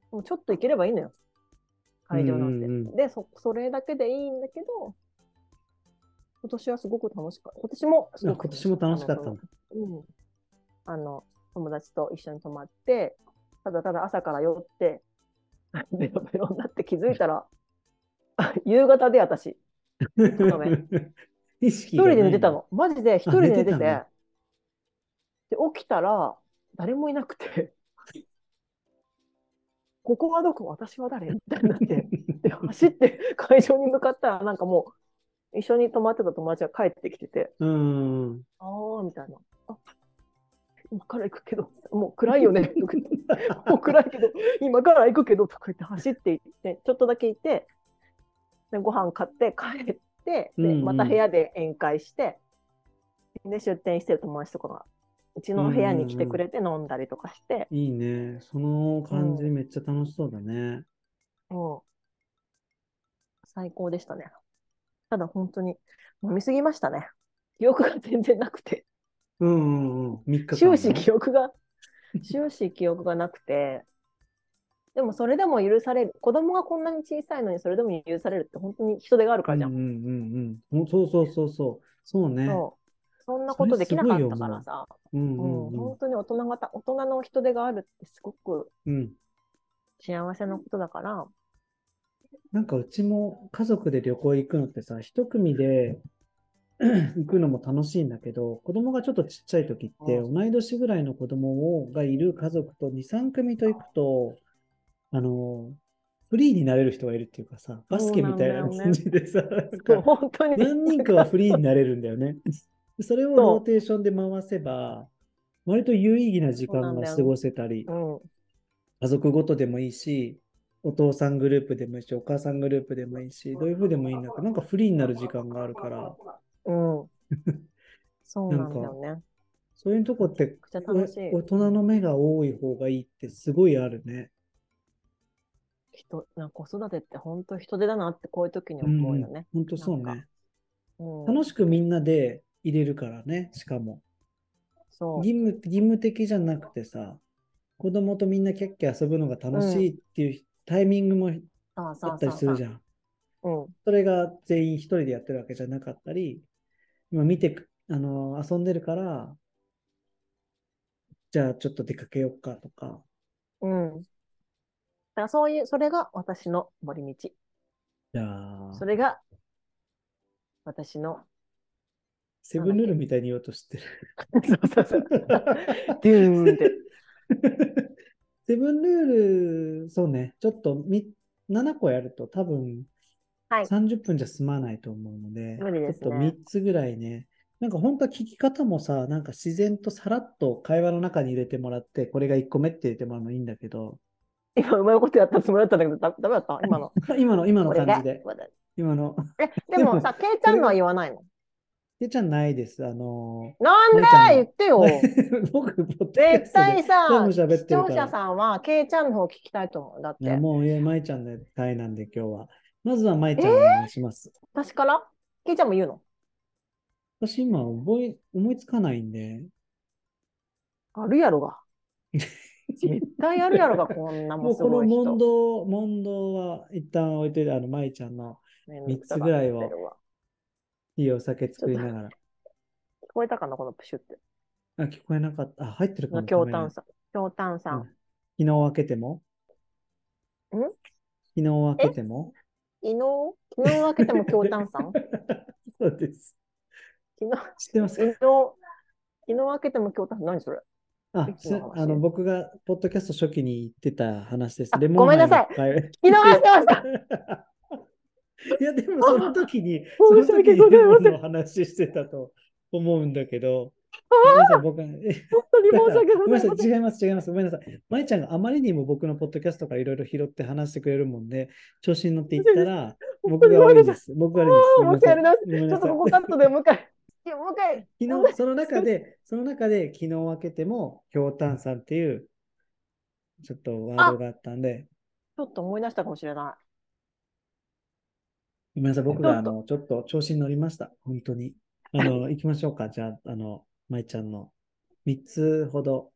Speaker 2: もうちょっと行ければいいのよ。会場なんて。
Speaker 1: うんうんうん
Speaker 2: でそ、それだけでいいんだけど、今年はすごく楽しかった。今年もすごく
Speaker 1: あ今年も楽しかったの
Speaker 2: うん。あの、友達と一緒に泊まって、ただただ朝から酔 (laughs) って、ベロベロになって気づいたら、 (laughs) あ夕方で私、ごめ
Speaker 1: (laughs) 意識
Speaker 2: 一
Speaker 1: がない
Speaker 2: 人で寝
Speaker 1: (laughs)
Speaker 2: てた。の。マジで一人で寝て
Speaker 1: 寝てた
Speaker 2: て、
Speaker 1: の
Speaker 2: で、起きたら、誰もいなくて、ここはどこ私は誰みたいになって。で走って会場に向かったらなんかもう一緒に泊まってた友達が帰ってきてて
Speaker 1: うん。
Speaker 2: 「ああ」みたいな「あ今から行くけどもう暗いよね」とか言って「もう暗いけど今から行くけど」とか言って走って行ってちょっとだけ行ってでご飯買って帰って
Speaker 1: うんう
Speaker 2: で
Speaker 1: ん
Speaker 2: また部屋で宴会してで出店してる友達とかがうちの部屋に来てくれて飲んだりとかして、
Speaker 1: いいね。その感じめっちゃ楽しそうだね。
Speaker 2: もう、最高でしたね。ただ本当に飲みすぎましたね。記憶が全然なくて、
Speaker 1: うんうんうん。3日間。
Speaker 2: 終始記憶が、終始記憶がなくて、でもそれでも許される、子供がこんなに小さいのにそれでも許されるって本当に人手があるからじゃん。
Speaker 1: うんうんうんうん。ほそうそうそうそう。そうね。
Speaker 2: そうそんなことできなかったからさ、
Speaker 1: うん
Speaker 2: う
Speaker 1: うん
Speaker 2: ん
Speaker 1: うん
Speaker 2: 本。当に大人がた大人の人手があるってすごく
Speaker 1: うん。
Speaker 2: 幸せなことだから、
Speaker 1: なんかうちも家族で旅行行くのってさ、一組で (clears throat) 行くのも楽しいんだけど、子供がちょっとちっちゃい時って、
Speaker 2: う
Speaker 1: 同い年ぐらいの子供をがいる家族と2、3組と行くと、あの、フリーになれる人がいるっていうかさ、バスケみたいな
Speaker 2: そうなんだよ
Speaker 1: 感
Speaker 2: ね
Speaker 1: じでさ、
Speaker 2: そう本当に。
Speaker 1: 何人かはフリーになれるんだよ
Speaker 2: (laughs)
Speaker 1: ね。それをローテーションで回せば、割と有意義な時間が過ごせたり
Speaker 2: う、ん、
Speaker 1: 家族ごとでもいいし、お父さんグループでもいいし、お母さんグループでもいいし、どういう風でもいいんだけど、なんかフリーになる時間があるから、
Speaker 2: うん。そうなんだよね。
Speaker 1: そういうとこって
Speaker 2: くちゃ楽しい
Speaker 1: お大人の目が多い方がいいってすごいあるね。
Speaker 2: 人なんか子育てって本当人手だなってこういう時に思うよね。
Speaker 1: 本当そう
Speaker 2: なん
Speaker 1: ね
Speaker 2: か。うん
Speaker 1: 楽しくみんなで入れるからね、しかも。
Speaker 2: そう
Speaker 1: 義務義務的じゃなくてさ、子供とみんなキャッキャ遊ぶのが楽しいっていうタイミングも
Speaker 2: さあ
Speaker 1: あ
Speaker 2: さあ
Speaker 1: ったりするじ
Speaker 2: ゃん。
Speaker 1: ゃん。
Speaker 2: うん
Speaker 1: それが全員一人でやってるわけじゃなかったり、今見てく、あのー遊んでるから、じゃあちょっと出かけようかとか、
Speaker 2: うん。だからそういう、それが私の森道。
Speaker 1: じゃあ、
Speaker 2: それが私の。
Speaker 1: セブンルールみたいに言おうとしてる。
Speaker 2: そうそうそう。
Speaker 1: (laughs)
Speaker 2: デューンって。
Speaker 1: セブンルール、そうね、ちょっとみ7個やると多分
Speaker 2: はい
Speaker 1: 30分じゃ済まないと思うので、
Speaker 2: 無理ですね
Speaker 1: ちょっと3つぐらいね、なんか本当は聞き方もさ、なんか自然とさらっと会話の中に入れてもらって、これが1個目って入れてもらうのいいんだけど、
Speaker 2: (laughs)
Speaker 1: (laughs)
Speaker 2: 今、うまいことやったつもりだったんだけど、だダメだった今の。
Speaker 1: 今の、今の
Speaker 2: これ
Speaker 1: 感
Speaker 2: が
Speaker 1: じで、
Speaker 2: 私
Speaker 1: 今の。
Speaker 2: え、で
Speaker 1: (laughs)
Speaker 2: もさ、ケイちゃんのは言わないの。
Speaker 1: てちゃんないです。あの (laughs)
Speaker 2: なんで言ってよ。
Speaker 1: ー僕、ポッドキャ
Speaker 2: 絶
Speaker 1: ストで (laughs)
Speaker 2: 対さ
Speaker 1: 全部、
Speaker 2: 視
Speaker 1: 喋ってる
Speaker 2: 聴
Speaker 1: から
Speaker 2: 者さんは、ケイちゃんの方聞きたいと思う。だっ
Speaker 1: いや
Speaker 2: て、
Speaker 1: もう、いや、舞ちゃんの回なんで今日は。まずは舞ちゃんにお願いします。
Speaker 2: 私からケイちゃんも言うの
Speaker 1: 私今覚え、思いつかないんで、
Speaker 2: (laughs) あるやろが。絶対あるやろ
Speaker 1: (laughs)
Speaker 2: が、こんなも
Speaker 1: も
Speaker 2: ん
Speaker 1: う
Speaker 2: す
Speaker 1: この
Speaker 2: ごい
Speaker 1: 問
Speaker 2: 人。
Speaker 1: 答、問答は一旦置いといて、あの、舞ちゃんの
Speaker 2: めんど
Speaker 1: 三
Speaker 2: く
Speaker 1: つ
Speaker 2: さ
Speaker 1: ぐ
Speaker 2: がっ
Speaker 1: ら
Speaker 2: て
Speaker 1: い
Speaker 2: る
Speaker 1: を
Speaker 2: わ
Speaker 1: いいお酒作りながら。
Speaker 2: 聞こえたかな、このプシュって。
Speaker 1: あ、聞こえなかった。あ、入ってるかも。
Speaker 2: 京丹さん。京丹さ
Speaker 1: うん
Speaker 2: ん。
Speaker 1: 昨日開けても
Speaker 2: ん
Speaker 1: 昨日開けても
Speaker 2: 昨日昨日開けても京丹さん
Speaker 1: そうです。
Speaker 2: 昨日、
Speaker 1: 知ってますか
Speaker 2: 昨日、昨日開けても京丹さん。何それ
Speaker 1: あ
Speaker 2: い、つ
Speaker 1: す
Speaker 2: の話
Speaker 1: あの僕がポッドキャスト初期に言ってた話です。
Speaker 2: あ
Speaker 1: レモン
Speaker 2: ごめんなさい
Speaker 1: ライムの
Speaker 2: 昨日開けてました
Speaker 1: 会話 (laughs) いや、でもその時に、その
Speaker 2: 申し
Speaker 1: 時
Speaker 2: 訳
Speaker 1: に
Speaker 2: ござい
Speaker 1: レ
Speaker 2: ま
Speaker 1: モ
Speaker 2: せ
Speaker 1: ン
Speaker 2: ん
Speaker 1: の話してたと思うんだけど、ごめんなさい、僕が、え
Speaker 2: 本当に申し
Speaker 1: だから
Speaker 2: 訳
Speaker 1: ご
Speaker 2: ご
Speaker 1: め
Speaker 2: ざ
Speaker 1: んなさ
Speaker 2: いません。
Speaker 1: い、違います、違います。ごめんなさい。まいちゃんがあまりにも僕のポッドキャストからいろいろ拾って話してくれるもんで、調子に乗っていったら、僕が悪いです。僕が悪いです。
Speaker 2: あー申し訳ない
Speaker 1: ごめん
Speaker 2: ちょ
Speaker 1: なさ
Speaker 2: っと
Speaker 1: い
Speaker 2: ここカットでもう一回。いやもう一回。
Speaker 1: 昨日、その中で、その中で、昨日開けても、ひょうたんさんっていう、ちょっとワードがあったんで、
Speaker 2: ちょっと思い出したかもしれない。
Speaker 1: ごめんなさい、僕が、あ
Speaker 2: ち
Speaker 1: の、ちょっと調子に乗りました。本当に。あの、行きましょうか。じゃあ、あの、まいちゃんの3つほど。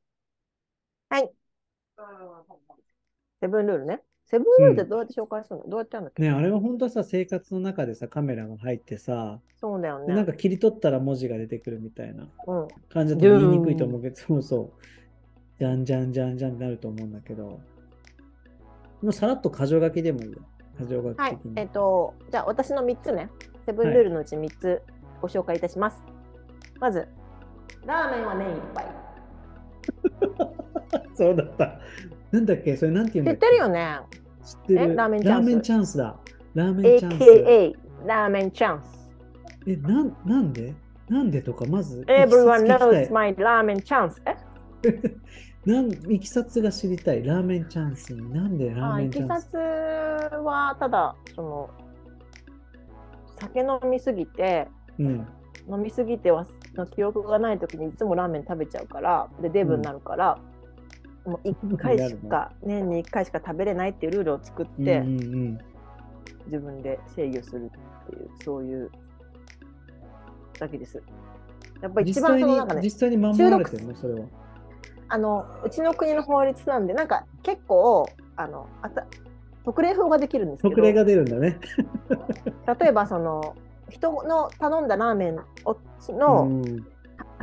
Speaker 2: セブンルールね。セブンルールってどうやって紹介するの、どうやってやるんだっけ
Speaker 1: ね、あれは本当はさ、生活の中でさ、カメラが入ってさ、
Speaker 2: そうだよ
Speaker 1: で
Speaker 2: ね。
Speaker 1: なんか切り取ったら文字が出てくるみたいな
Speaker 2: うん、
Speaker 1: 感じだと
Speaker 2: ドゥー
Speaker 1: 言
Speaker 2: ン
Speaker 1: いにくいと思うけど、そうそう。じゃんじゃんじゃんじゃんになると思うんだけど、もうさらっと箇条書きでもいいよ。箇条書き的に。
Speaker 2: はい。えっ、と、じゃあ私の3つね。セブンルールのうち3つご紹介いたします。まず、ラーメンは麺いっぱい。
Speaker 1: そうだった。なんだっけそれなんて言うんだ
Speaker 2: 知
Speaker 1: っ
Speaker 2: っ
Speaker 1: け
Speaker 2: てるよね。
Speaker 1: 知ってる
Speaker 2: えラーメンチャ
Speaker 1: ラ
Speaker 2: ンス
Speaker 1: ーメンチャンスだ。ラーメンチャンス。
Speaker 2: AKA ラーメンチャンス。
Speaker 1: え、なんなんでなんでとか、まず、
Speaker 2: Everyone
Speaker 1: いきさつ聞きたい
Speaker 2: knows my ラーメンチャンス。え
Speaker 1: なんいきさつが知りたい。ラーメンチャンスに。なんでラー
Speaker 2: あ
Speaker 1: メ
Speaker 2: い
Speaker 1: ンチ
Speaker 2: き
Speaker 1: ャ
Speaker 2: さ
Speaker 1: ンス
Speaker 2: つはただ、その、酒飲みすぎて、
Speaker 1: うん。
Speaker 2: 飲みすぎてはの記憶がない時にいつもラーメン食べちゃうからでデブになるから、もう1回しか年に1回しか食べれないっていうルールを作って、
Speaker 1: うんうんうん
Speaker 2: 自分で制御するっていうそういうだけです。やっぱり一
Speaker 1: 実
Speaker 2: 番
Speaker 1: 際
Speaker 2: そ
Speaker 1: に
Speaker 2: のなんかね
Speaker 1: 実際に守られてるのそれは。
Speaker 2: あのうちの国の法律なんでなんか結構あのあた特例法ができるんですけ
Speaker 1: 特
Speaker 2: ど
Speaker 1: 例が出るんだね。
Speaker 2: 例えばその人の頼んだラーメンを
Speaker 1: う
Speaker 2: の
Speaker 1: ん、
Speaker 2: 食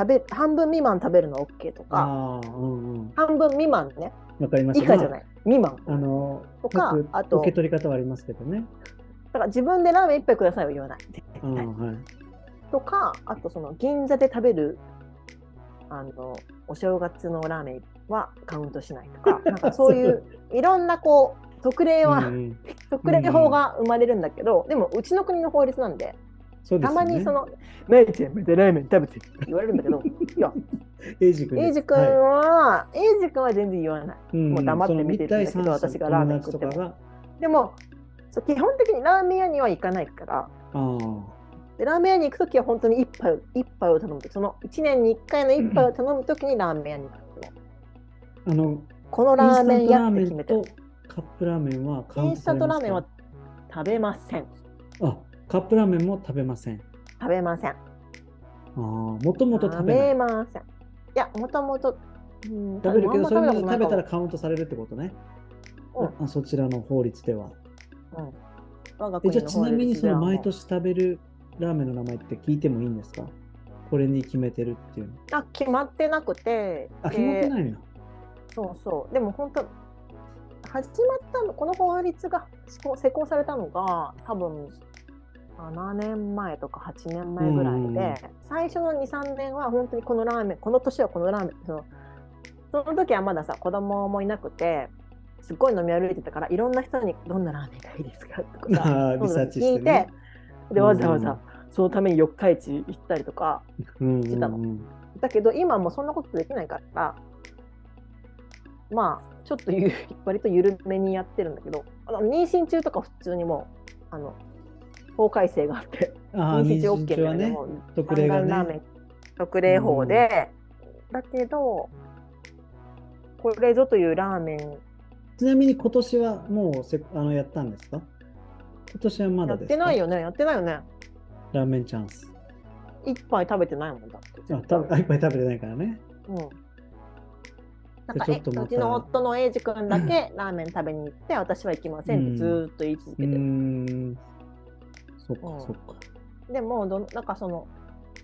Speaker 2: べ半分未満食べるの OK とか
Speaker 1: ああ、うんうん。
Speaker 2: 半分未満ね
Speaker 1: わかりまし
Speaker 2: 以
Speaker 1: た。。
Speaker 2: 下じゃないい未満
Speaker 1: あの、
Speaker 2: とか
Speaker 1: 各
Speaker 2: あと
Speaker 1: 受け取り方はありますけどね。
Speaker 2: だから自分でラーメン一杯くださいは言わない
Speaker 1: うん、はい。
Speaker 2: とかあとその銀座で食べるあのお正月のラーメンはカウントしないとかなんかそ
Speaker 1: (laughs)
Speaker 2: ういういろんなこう特例は、
Speaker 1: うんうん
Speaker 2: 特例法が生まれるんだけど、でもうちの国の法律なんで
Speaker 1: そうです
Speaker 2: た
Speaker 1: よね
Speaker 2: まにその「メイちゃんまたラーメン食べて」言われるんだけ (laughs) どいや
Speaker 1: エイジ君
Speaker 2: エイジ君は、エイジ君は全然言わないも
Speaker 1: も
Speaker 2: う黙って見てるんだけど私がラーメン食
Speaker 1: と
Speaker 2: っ
Speaker 1: か
Speaker 2: ても
Speaker 1: が。
Speaker 2: でもそう基本的にラーメン屋には行かないから
Speaker 1: あ
Speaker 2: でラーメン屋に行く時は本当に一杯を一杯を頼む時その1年に1回の一杯を頼む時にラーメン屋に行く
Speaker 1: あ。あの、
Speaker 2: このラーメン屋って決めて
Speaker 1: インスタントラーメンとカップラーメンはカ
Speaker 2: イ
Speaker 1: ウ
Speaker 2: ン
Speaker 1: ト
Speaker 2: ス
Speaker 1: さ
Speaker 2: タ
Speaker 1: れ
Speaker 2: ン
Speaker 1: ま
Speaker 2: ト
Speaker 1: すか
Speaker 2: ラーメンは食べません
Speaker 1: あ、カップラーメンも食べません。
Speaker 2: 食べません
Speaker 1: ああ、もともと食
Speaker 2: 食
Speaker 1: べない
Speaker 2: べ。ませんいやもともとうん
Speaker 1: 食べるけど、
Speaker 2: あん
Speaker 1: それ
Speaker 2: ま
Speaker 1: も食べ
Speaker 2: こ
Speaker 1: た
Speaker 2: とな
Speaker 1: ら
Speaker 2: いか
Speaker 1: カウントされるってことね。
Speaker 2: う
Speaker 1: あそちらの法律では。
Speaker 2: も我が
Speaker 1: え
Speaker 2: 国
Speaker 1: じゃあ
Speaker 2: の
Speaker 1: ちなみにその
Speaker 2: 法律ではもう
Speaker 1: 毎年食べるラーメンの名前って聞いてもいいんですかこれに決めてるっていうの。
Speaker 2: あ決まってなくて
Speaker 1: あ、決まって
Speaker 2: い
Speaker 1: ないの、
Speaker 2: そうそうでも本当始まったのこの法律が施行施行されたのが多分7年前とか8年前ぐら
Speaker 1: うんうんうん
Speaker 2: いで最初の23年は本当にこのラーメンこの年はこのラーメンそのその時はまださ子供もいなくてすっごい飲み歩いてたからいろんな人に「どんなラーメンがいいですか?」とかさ
Speaker 1: あ (laughs) ーリサーチして
Speaker 2: 聞い
Speaker 1: ね
Speaker 2: て。でわざわ
Speaker 1: うん
Speaker 2: ざそのために四日市行ったりとか
Speaker 1: うんうん
Speaker 2: してたのだけど今もうそんなことできないからまあちょっとゆ (laughs) 割と緩めにやってるんだけどあの妊娠中とか普通にもうあの法改正があって
Speaker 1: ああ、妊
Speaker 2: 妊娠中
Speaker 1: 娠
Speaker 2: OK みた
Speaker 1: 中
Speaker 2: いな
Speaker 1: はね
Speaker 2: も、う
Speaker 1: 特例が
Speaker 2: 弾丸ラーメ
Speaker 1: ね
Speaker 2: ン。特例法で、だけどこれぞというラーメン
Speaker 1: ちなみに今年はもうせあのやったんですか今年はま
Speaker 2: や
Speaker 1: だ
Speaker 2: っ
Speaker 1: です
Speaker 2: てないよねやってないよね
Speaker 1: ラーメンチャンス。
Speaker 2: 一杯食べてないもんだって
Speaker 1: あ、たあいっぱい食べてないからね。
Speaker 2: うんなん
Speaker 1: じゃあ
Speaker 2: か
Speaker 1: ちょ
Speaker 2: え
Speaker 1: っとまた
Speaker 2: うちの夫のエイジ君だ
Speaker 1: (laughs)
Speaker 2: けラーメン食べに行って私は行きませんってずーっと言い続
Speaker 1: う
Speaker 2: け
Speaker 1: ー
Speaker 2: てる、
Speaker 1: ん。そっか
Speaker 2: うん
Speaker 1: そっか。
Speaker 2: でもどのなんかその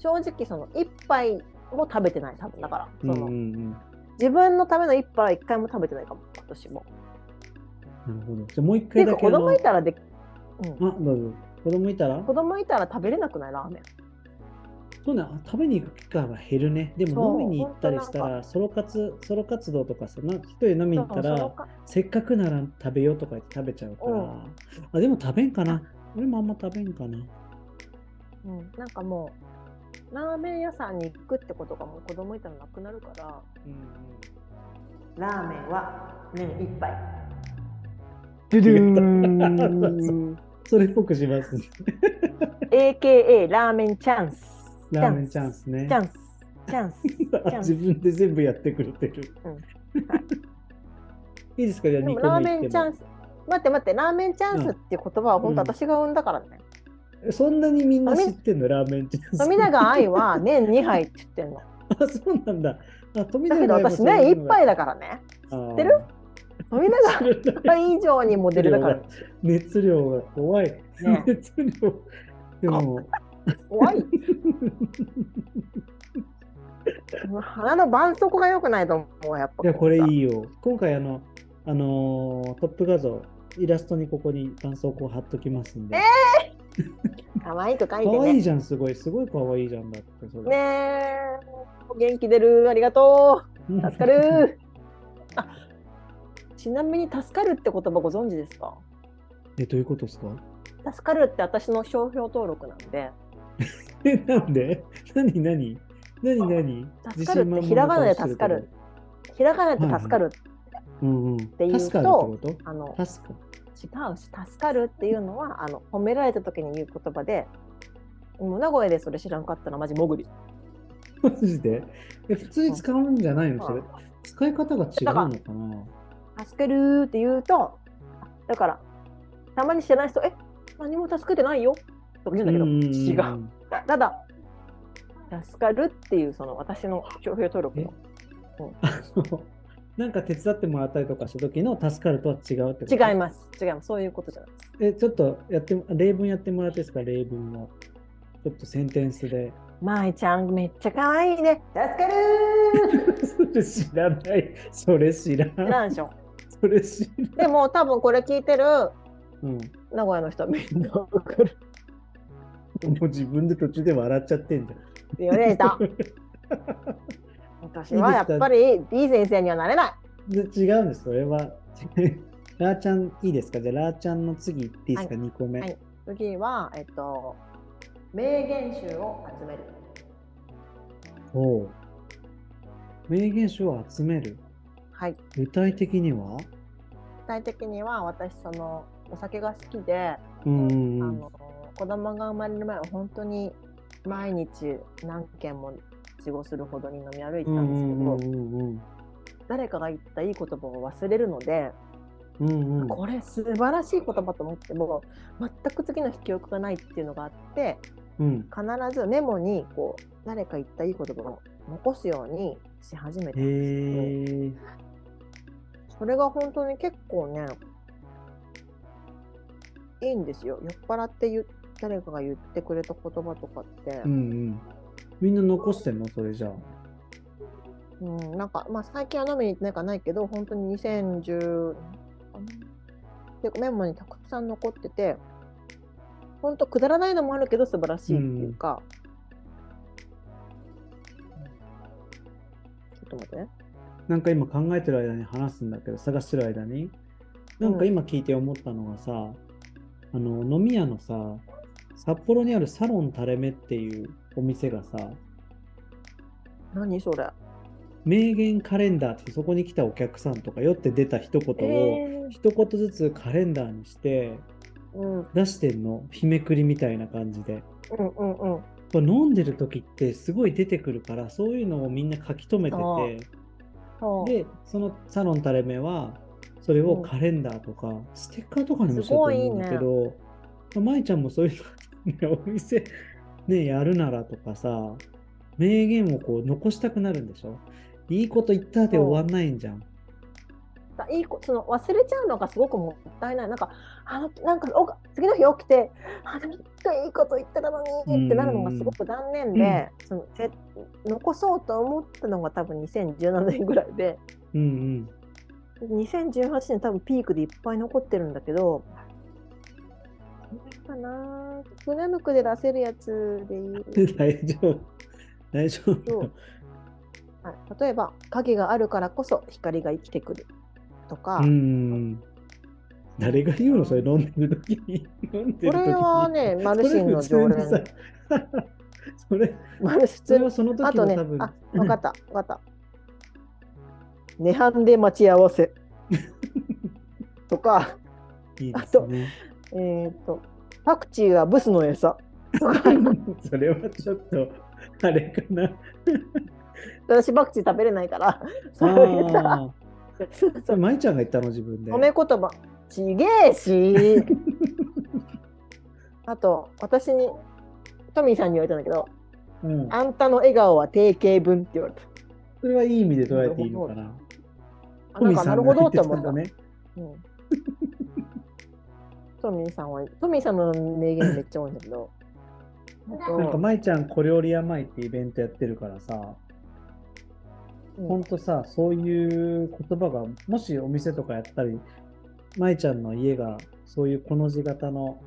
Speaker 2: 正直その一杯も食べてない多分だから
Speaker 1: う
Speaker 2: そ
Speaker 1: んう
Speaker 2: の、
Speaker 1: んうん。な
Speaker 2: 自分のための一杯は一回も食べてないかも私も。
Speaker 1: るほど。じゃあもう一
Speaker 2: て
Speaker 1: 回
Speaker 2: いう
Speaker 1: だ
Speaker 2: か
Speaker 1: けあ
Speaker 2: 子供
Speaker 1: の
Speaker 2: いたらで、うん、
Speaker 1: あ、どうぞ。子供いたら
Speaker 2: 子供いたら食べれなくないラーメン。
Speaker 1: そうね、あ食べに行く機会は減るね。で
Speaker 2: そ
Speaker 1: も
Speaker 2: う
Speaker 1: 飲みに行ったりした
Speaker 2: 本当
Speaker 1: ら、ソロ活、ソロ活動とかさ、な一人で飲みに行った
Speaker 2: そうその
Speaker 1: ら、
Speaker 2: か
Speaker 1: せっかくなら食べようとか言って食べちゃうから、
Speaker 2: うん
Speaker 1: あでも食べんかな。俺もあんま食べんかな。
Speaker 2: うん、なんかもうラーメン屋さんに行くってことがもう子供いたらなくなるから。ラーメンは年一杯。ドゥドゥーン
Speaker 1: それっぽくし
Speaker 2: (laughs)
Speaker 1: ます。
Speaker 2: AKA ラーメンチャンス。
Speaker 1: ラーメンチャンスね
Speaker 2: チ。ャンス。チャンス。チ
Speaker 1: (laughs) あ
Speaker 2: ャン
Speaker 1: 自
Speaker 2: ス。
Speaker 1: 分で全部やってくれてる。
Speaker 2: うんはい
Speaker 1: いいですかじゃあ
Speaker 2: で
Speaker 1: 2
Speaker 2: も
Speaker 1: 個
Speaker 2: ラー
Speaker 1: 目い
Speaker 2: メン
Speaker 1: っ
Speaker 2: チ
Speaker 1: て
Speaker 2: ャン
Speaker 1: も
Speaker 2: ス。待って待って、ラーメンチャンスっていう言葉は本当
Speaker 1: うん
Speaker 2: 私が生んだからね。
Speaker 1: そんなにみんな知ってんのラーメンチャンス。
Speaker 2: 富永愛は年2杯って言ってんの。
Speaker 1: (laughs) あ、そうなんだ。あ (laughs) 富
Speaker 2: だけど
Speaker 1: 愛も
Speaker 2: 私
Speaker 1: そういう
Speaker 2: 年
Speaker 1: の
Speaker 2: 1
Speaker 1: が
Speaker 2: 杯だからね。知ってる富永
Speaker 1: あー知らない
Speaker 2: 愛以上にモデルだから。
Speaker 1: 熱量が怖い。
Speaker 2: ね
Speaker 1: (laughs) 熱量。でも、
Speaker 2: 怖い。鼻の絆創膏が良くないと思う、やっぱ。
Speaker 1: いや、これいいよ。今回、あの、あのートップ画像、イラストにここに絆創膏貼っときますんで。
Speaker 2: 可愛く書い
Speaker 1: 可
Speaker 2: て
Speaker 1: 愛い
Speaker 2: ね。
Speaker 1: じゃん、すごい。すごい可愛いじゃんだって、それ。
Speaker 2: ねえ。元気出る。ありがと
Speaker 1: うん、
Speaker 2: う。助か (laughs) る。あちなみに、助かるって言葉ご存知ですか
Speaker 1: (laughs) え、どういうことですか (laughs)
Speaker 2: 助かるって私の商標登録なんで、
Speaker 1: え、なんで何何何何
Speaker 2: 助かるってひらがなで助かる。ひらがなで助かる、
Speaker 1: うんうん。
Speaker 2: ていうと
Speaker 1: 助かるってこ
Speaker 2: あの
Speaker 1: と助か
Speaker 2: 違うし助かるっていうのはあの褒められた時に言う言葉で名古屋でそれ知らんかったらマジもぐり
Speaker 1: (laughs) マジでえ普通に使うんじゃないのそれ
Speaker 2: うん。
Speaker 1: 使い方が違うのかな
Speaker 2: 助けるーって言うと、だから、たまに知らない人、え、何も助けてないよとか言うんだけど、違う。
Speaker 1: ん
Speaker 2: たただ、助かるっていう、その私の商標登録の
Speaker 1: (laughs) なんか手伝ってもらったりとかした時の助かるとは違うってこと
Speaker 2: 違います。違います。そういうことじゃないです。
Speaker 1: え、ちょっとやっても、例文やってもらっていいですか、例文を。ちょっとセンテンスで。 (laughs)
Speaker 2: まいちゃん、めっちゃ可愛いね。助かる
Speaker 1: それ知らない。それ知ら
Speaker 2: ー
Speaker 1: ん。
Speaker 2: なんでしょ
Speaker 1: それ知らん。 (laughs)
Speaker 2: う。でも、多分これ聞いてる
Speaker 1: うん。
Speaker 2: 名古屋の人はみんなわかる。
Speaker 1: もう自分で途中で笑っちゃってんじゃん。
Speaker 2: よれた。私はやっぱり D 先生にはなれない。
Speaker 1: (laughs) で違うんです、それは。 (laughs) ラーちゃんいいですかじゃあラーちゃんの次いっていいですか、二2個目。
Speaker 2: はい次は、えっと、名言集を集める。
Speaker 1: おう名言集を集める。
Speaker 2: はい。
Speaker 1: 具体的には
Speaker 2: 具体的には私そのお酒が好きで、
Speaker 1: うんうん
Speaker 2: あ
Speaker 1: うん。
Speaker 2: の子供が生まれる前は本当に毎日何軒もいちごするほどに飲み歩いて
Speaker 1: うん
Speaker 2: た
Speaker 1: うん
Speaker 2: ですけど、
Speaker 1: んうんうん
Speaker 2: 誰かが言ったいい言葉を忘れるので、
Speaker 1: うんうん
Speaker 2: これ素晴らしい言葉と思っても全く次の日記憶がないっていうのがあって
Speaker 1: うん
Speaker 2: 必ずメモにこう誰か言ったいい言葉を残すようにし始めた
Speaker 1: へ
Speaker 2: んです
Speaker 1: え
Speaker 2: けどそれが本当に結構ねいいんですよ酔っ払って言う誰かが言ってくれた言葉とかって、
Speaker 1: うんうんみんな残してんのそれじゃあ
Speaker 2: うん、なんか、まあ、最近は飲みに行ってないからないけど、本当に2010、でメモにたくさん残ってて、本当くだらないのもあるけど素晴らしいっていうか、ちょっと待ってね。
Speaker 1: なんか今考えてる間に話すんだけど探してる間になんか今聞いて思ったのがさ、あの飲み屋のさ札幌にあるサロンタレ目っていうお店がさ
Speaker 2: 何それ。
Speaker 1: 名言カレンダーってそこに来たお客さんとか酔って出た一言を、
Speaker 2: え
Speaker 1: 一言ずつカレンダーにして
Speaker 2: ー、うん、うん
Speaker 1: 出してんの日めくりみたいな感じで
Speaker 2: うんうん。
Speaker 1: これ飲んでる時ってすごい出てくるからそういうのをみんな書き留めてて
Speaker 2: そう
Speaker 1: でそのサロン垂れ目はそれをカレンダーとか、ステッカーとかにもしてると思うんだけ
Speaker 2: す
Speaker 1: どまいちゃんもそういうの、ね、お店、ね、やるならとかさ名言をこう残したくなるんでしょいいこと言ったで終わんないんじゃん。
Speaker 2: だいいこその忘れちゃうのがすごくもったいない。なんか、あのなんかお次の日起きて、あでも一回いいこと言ってたのにってなるのがすごく残念で、そのせ残そうと思ったのが多分2017年ぐらいで、
Speaker 1: うん
Speaker 2: 2018年多分ピークでいっぱい残ってるんだけど、これかなクネムクで出せるやつで
Speaker 1: う
Speaker 2: 言
Speaker 1: ん、
Speaker 2: う
Speaker 1: で (laughs) 大丈夫。大丈
Speaker 2: そ
Speaker 1: 夫
Speaker 2: う。はい例えば、影があるからこそ光が生きてくるとか、
Speaker 1: うんうん。誰が言うのそれ飲んでる時に。飲んでる時に
Speaker 2: これはね、マ
Speaker 1: そ
Speaker 2: ルシ
Speaker 1: れ
Speaker 2: ンの
Speaker 1: 普通
Speaker 2: 常
Speaker 1: に
Speaker 2: 連
Speaker 1: さ。 (laughs) それ、
Speaker 2: マルシン普
Speaker 1: そ
Speaker 2: 通
Speaker 1: れはその時
Speaker 2: あと
Speaker 1: の
Speaker 2: ね、
Speaker 1: 多分、
Speaker 2: あ、わかった、わかった。涅槃で待ち合わせ。 (laughs) とか、
Speaker 1: いいで
Speaker 2: あ
Speaker 1: す
Speaker 2: と
Speaker 1: ね。
Speaker 2: えっ、と、パクチーはブスの餌。
Speaker 1: (laughs) それはちょっと、あれかな。
Speaker 2: 私パクチー食べれないから、 (laughs) それを言ったら、
Speaker 1: ああ。それ、舞ちゃんが言ったの、自分で。
Speaker 2: 褒め言葉、ちげえ
Speaker 1: (laughs)
Speaker 2: し。あと、私に、トミーさんに言われたんだけど、
Speaker 1: うん、
Speaker 2: あんたの笑顔は定型文って言われた。
Speaker 1: それはいい意味で捉えていいのかな。
Speaker 2: あなんかなるほどって思
Speaker 1: トミーさんが言
Speaker 2: った
Speaker 1: んだ。ね。
Speaker 2: うん、トミーさんは、トミーさんの名言めっちゃ多いんだけど、あと
Speaker 1: なんか舞ちゃん小料理屋前ってイベントやってるからさ、
Speaker 2: うん
Speaker 1: ほんとさ、そういう言葉が、もしお店とかやったり、舞ちゃんの家がそういうこの字型の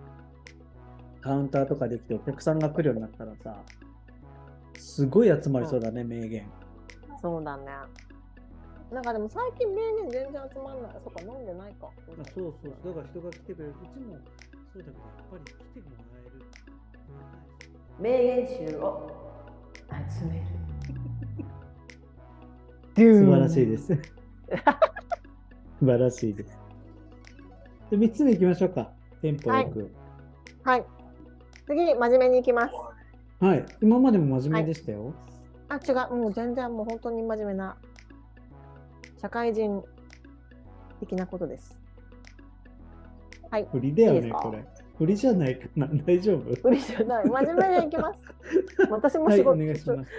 Speaker 1: カウンターとかできてお客さんが来るようになったらさ、すごい集まりそうだね、名言。
Speaker 2: そうだね。なんかでも最近名言全然集まんない。そっか、飲んでないか。
Speaker 1: そうそう、だから人が来てくれる。うちもそうだけど、やっぱり来てもらえる。
Speaker 2: 名言集を集める。
Speaker 1: 素晴らしい (laughs) です。素晴らしいです。で3つ目いきましょうか。テンポよく。
Speaker 2: はい。次、真面目に行きます。
Speaker 1: はい、今までも真面目でしたよ。
Speaker 2: あ、違う。もう全然、もう本当に真面目な、社会人的なことです。はい。
Speaker 1: 売りだよ
Speaker 2: いい
Speaker 1: ね、
Speaker 2: ですか
Speaker 1: これ。売りじゃないかな。 (laughs) 大丈夫
Speaker 2: 無理じゃない。真面目でいき
Speaker 1: (laughs)
Speaker 2: ます。私も
Speaker 1: は
Speaker 2: 仕
Speaker 1: い、
Speaker 2: 事、
Speaker 1: お願いします。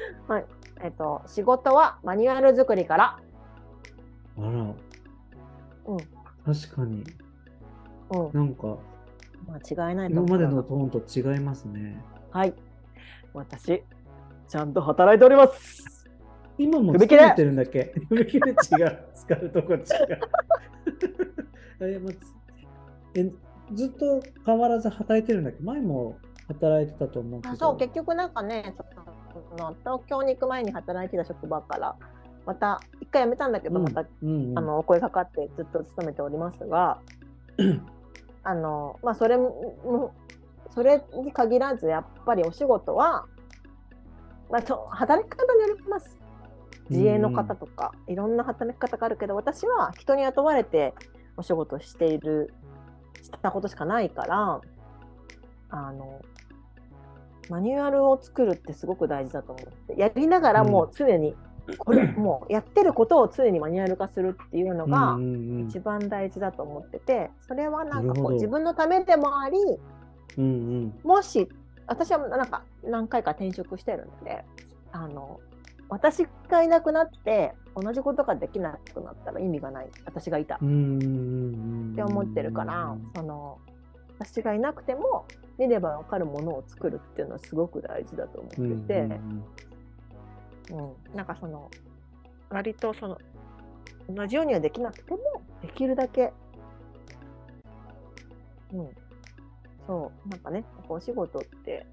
Speaker 2: えっと、仕事はマニュアル作りから。
Speaker 1: あら、
Speaker 2: うん。
Speaker 1: 確かに
Speaker 2: うん。
Speaker 1: なんか、
Speaker 2: 間違いないと
Speaker 1: 今
Speaker 2: 思
Speaker 1: ま
Speaker 2: う
Speaker 1: でのトーンと違いますね。
Speaker 2: はい。私、ちゃんと働いております。
Speaker 1: 今も
Speaker 2: 踏み
Speaker 1: 疲
Speaker 2: 切れ
Speaker 1: れてるんだっけ (laughs) 踏み切れ違う。使うとこ違う。 (laughs) えまつえずっと変わらず働いてるんだっけ前も働いてたと思うけど。
Speaker 2: あそう、結局なんかね、その東京に行く前に働いてた職場から、また、一回辞めたんだけど、また、
Speaker 1: うんうん、
Speaker 2: あの、お声かかってずっと勤めておりますが、あの、まあ、それも、それに限らず、やっぱりお仕事は、まあ、と働き方によります。自営の方とか、いろんな働き方があるけど私は人に雇われてお仕事しているしたことしかないからあのマニュアルを作るってすごく大事だと思ってやりながらもう常に、これもうやってることを常にマニュアル化するっていうのが
Speaker 1: うんうんうん
Speaker 2: 一番大事だと思っててそれはな
Speaker 1: な
Speaker 2: んか
Speaker 1: る
Speaker 2: こ
Speaker 1: ほ
Speaker 2: う
Speaker 1: ど
Speaker 2: 自分のためでもあり
Speaker 1: うんうん
Speaker 2: もし私はなんか何回か転職してるんであの私がいなくなって同じことができなくなったら意味がない私がいた
Speaker 1: う
Speaker 2: っ
Speaker 1: んうん
Speaker 2: て思ってるからその私がいなくても見ればわかるものを作るっていうのはすごく大事だと思ってて、
Speaker 1: うんうん
Speaker 2: うん、なんかその割とその同じようにはできなくてもできるだけ、うん、そうなんかねこうお仕事って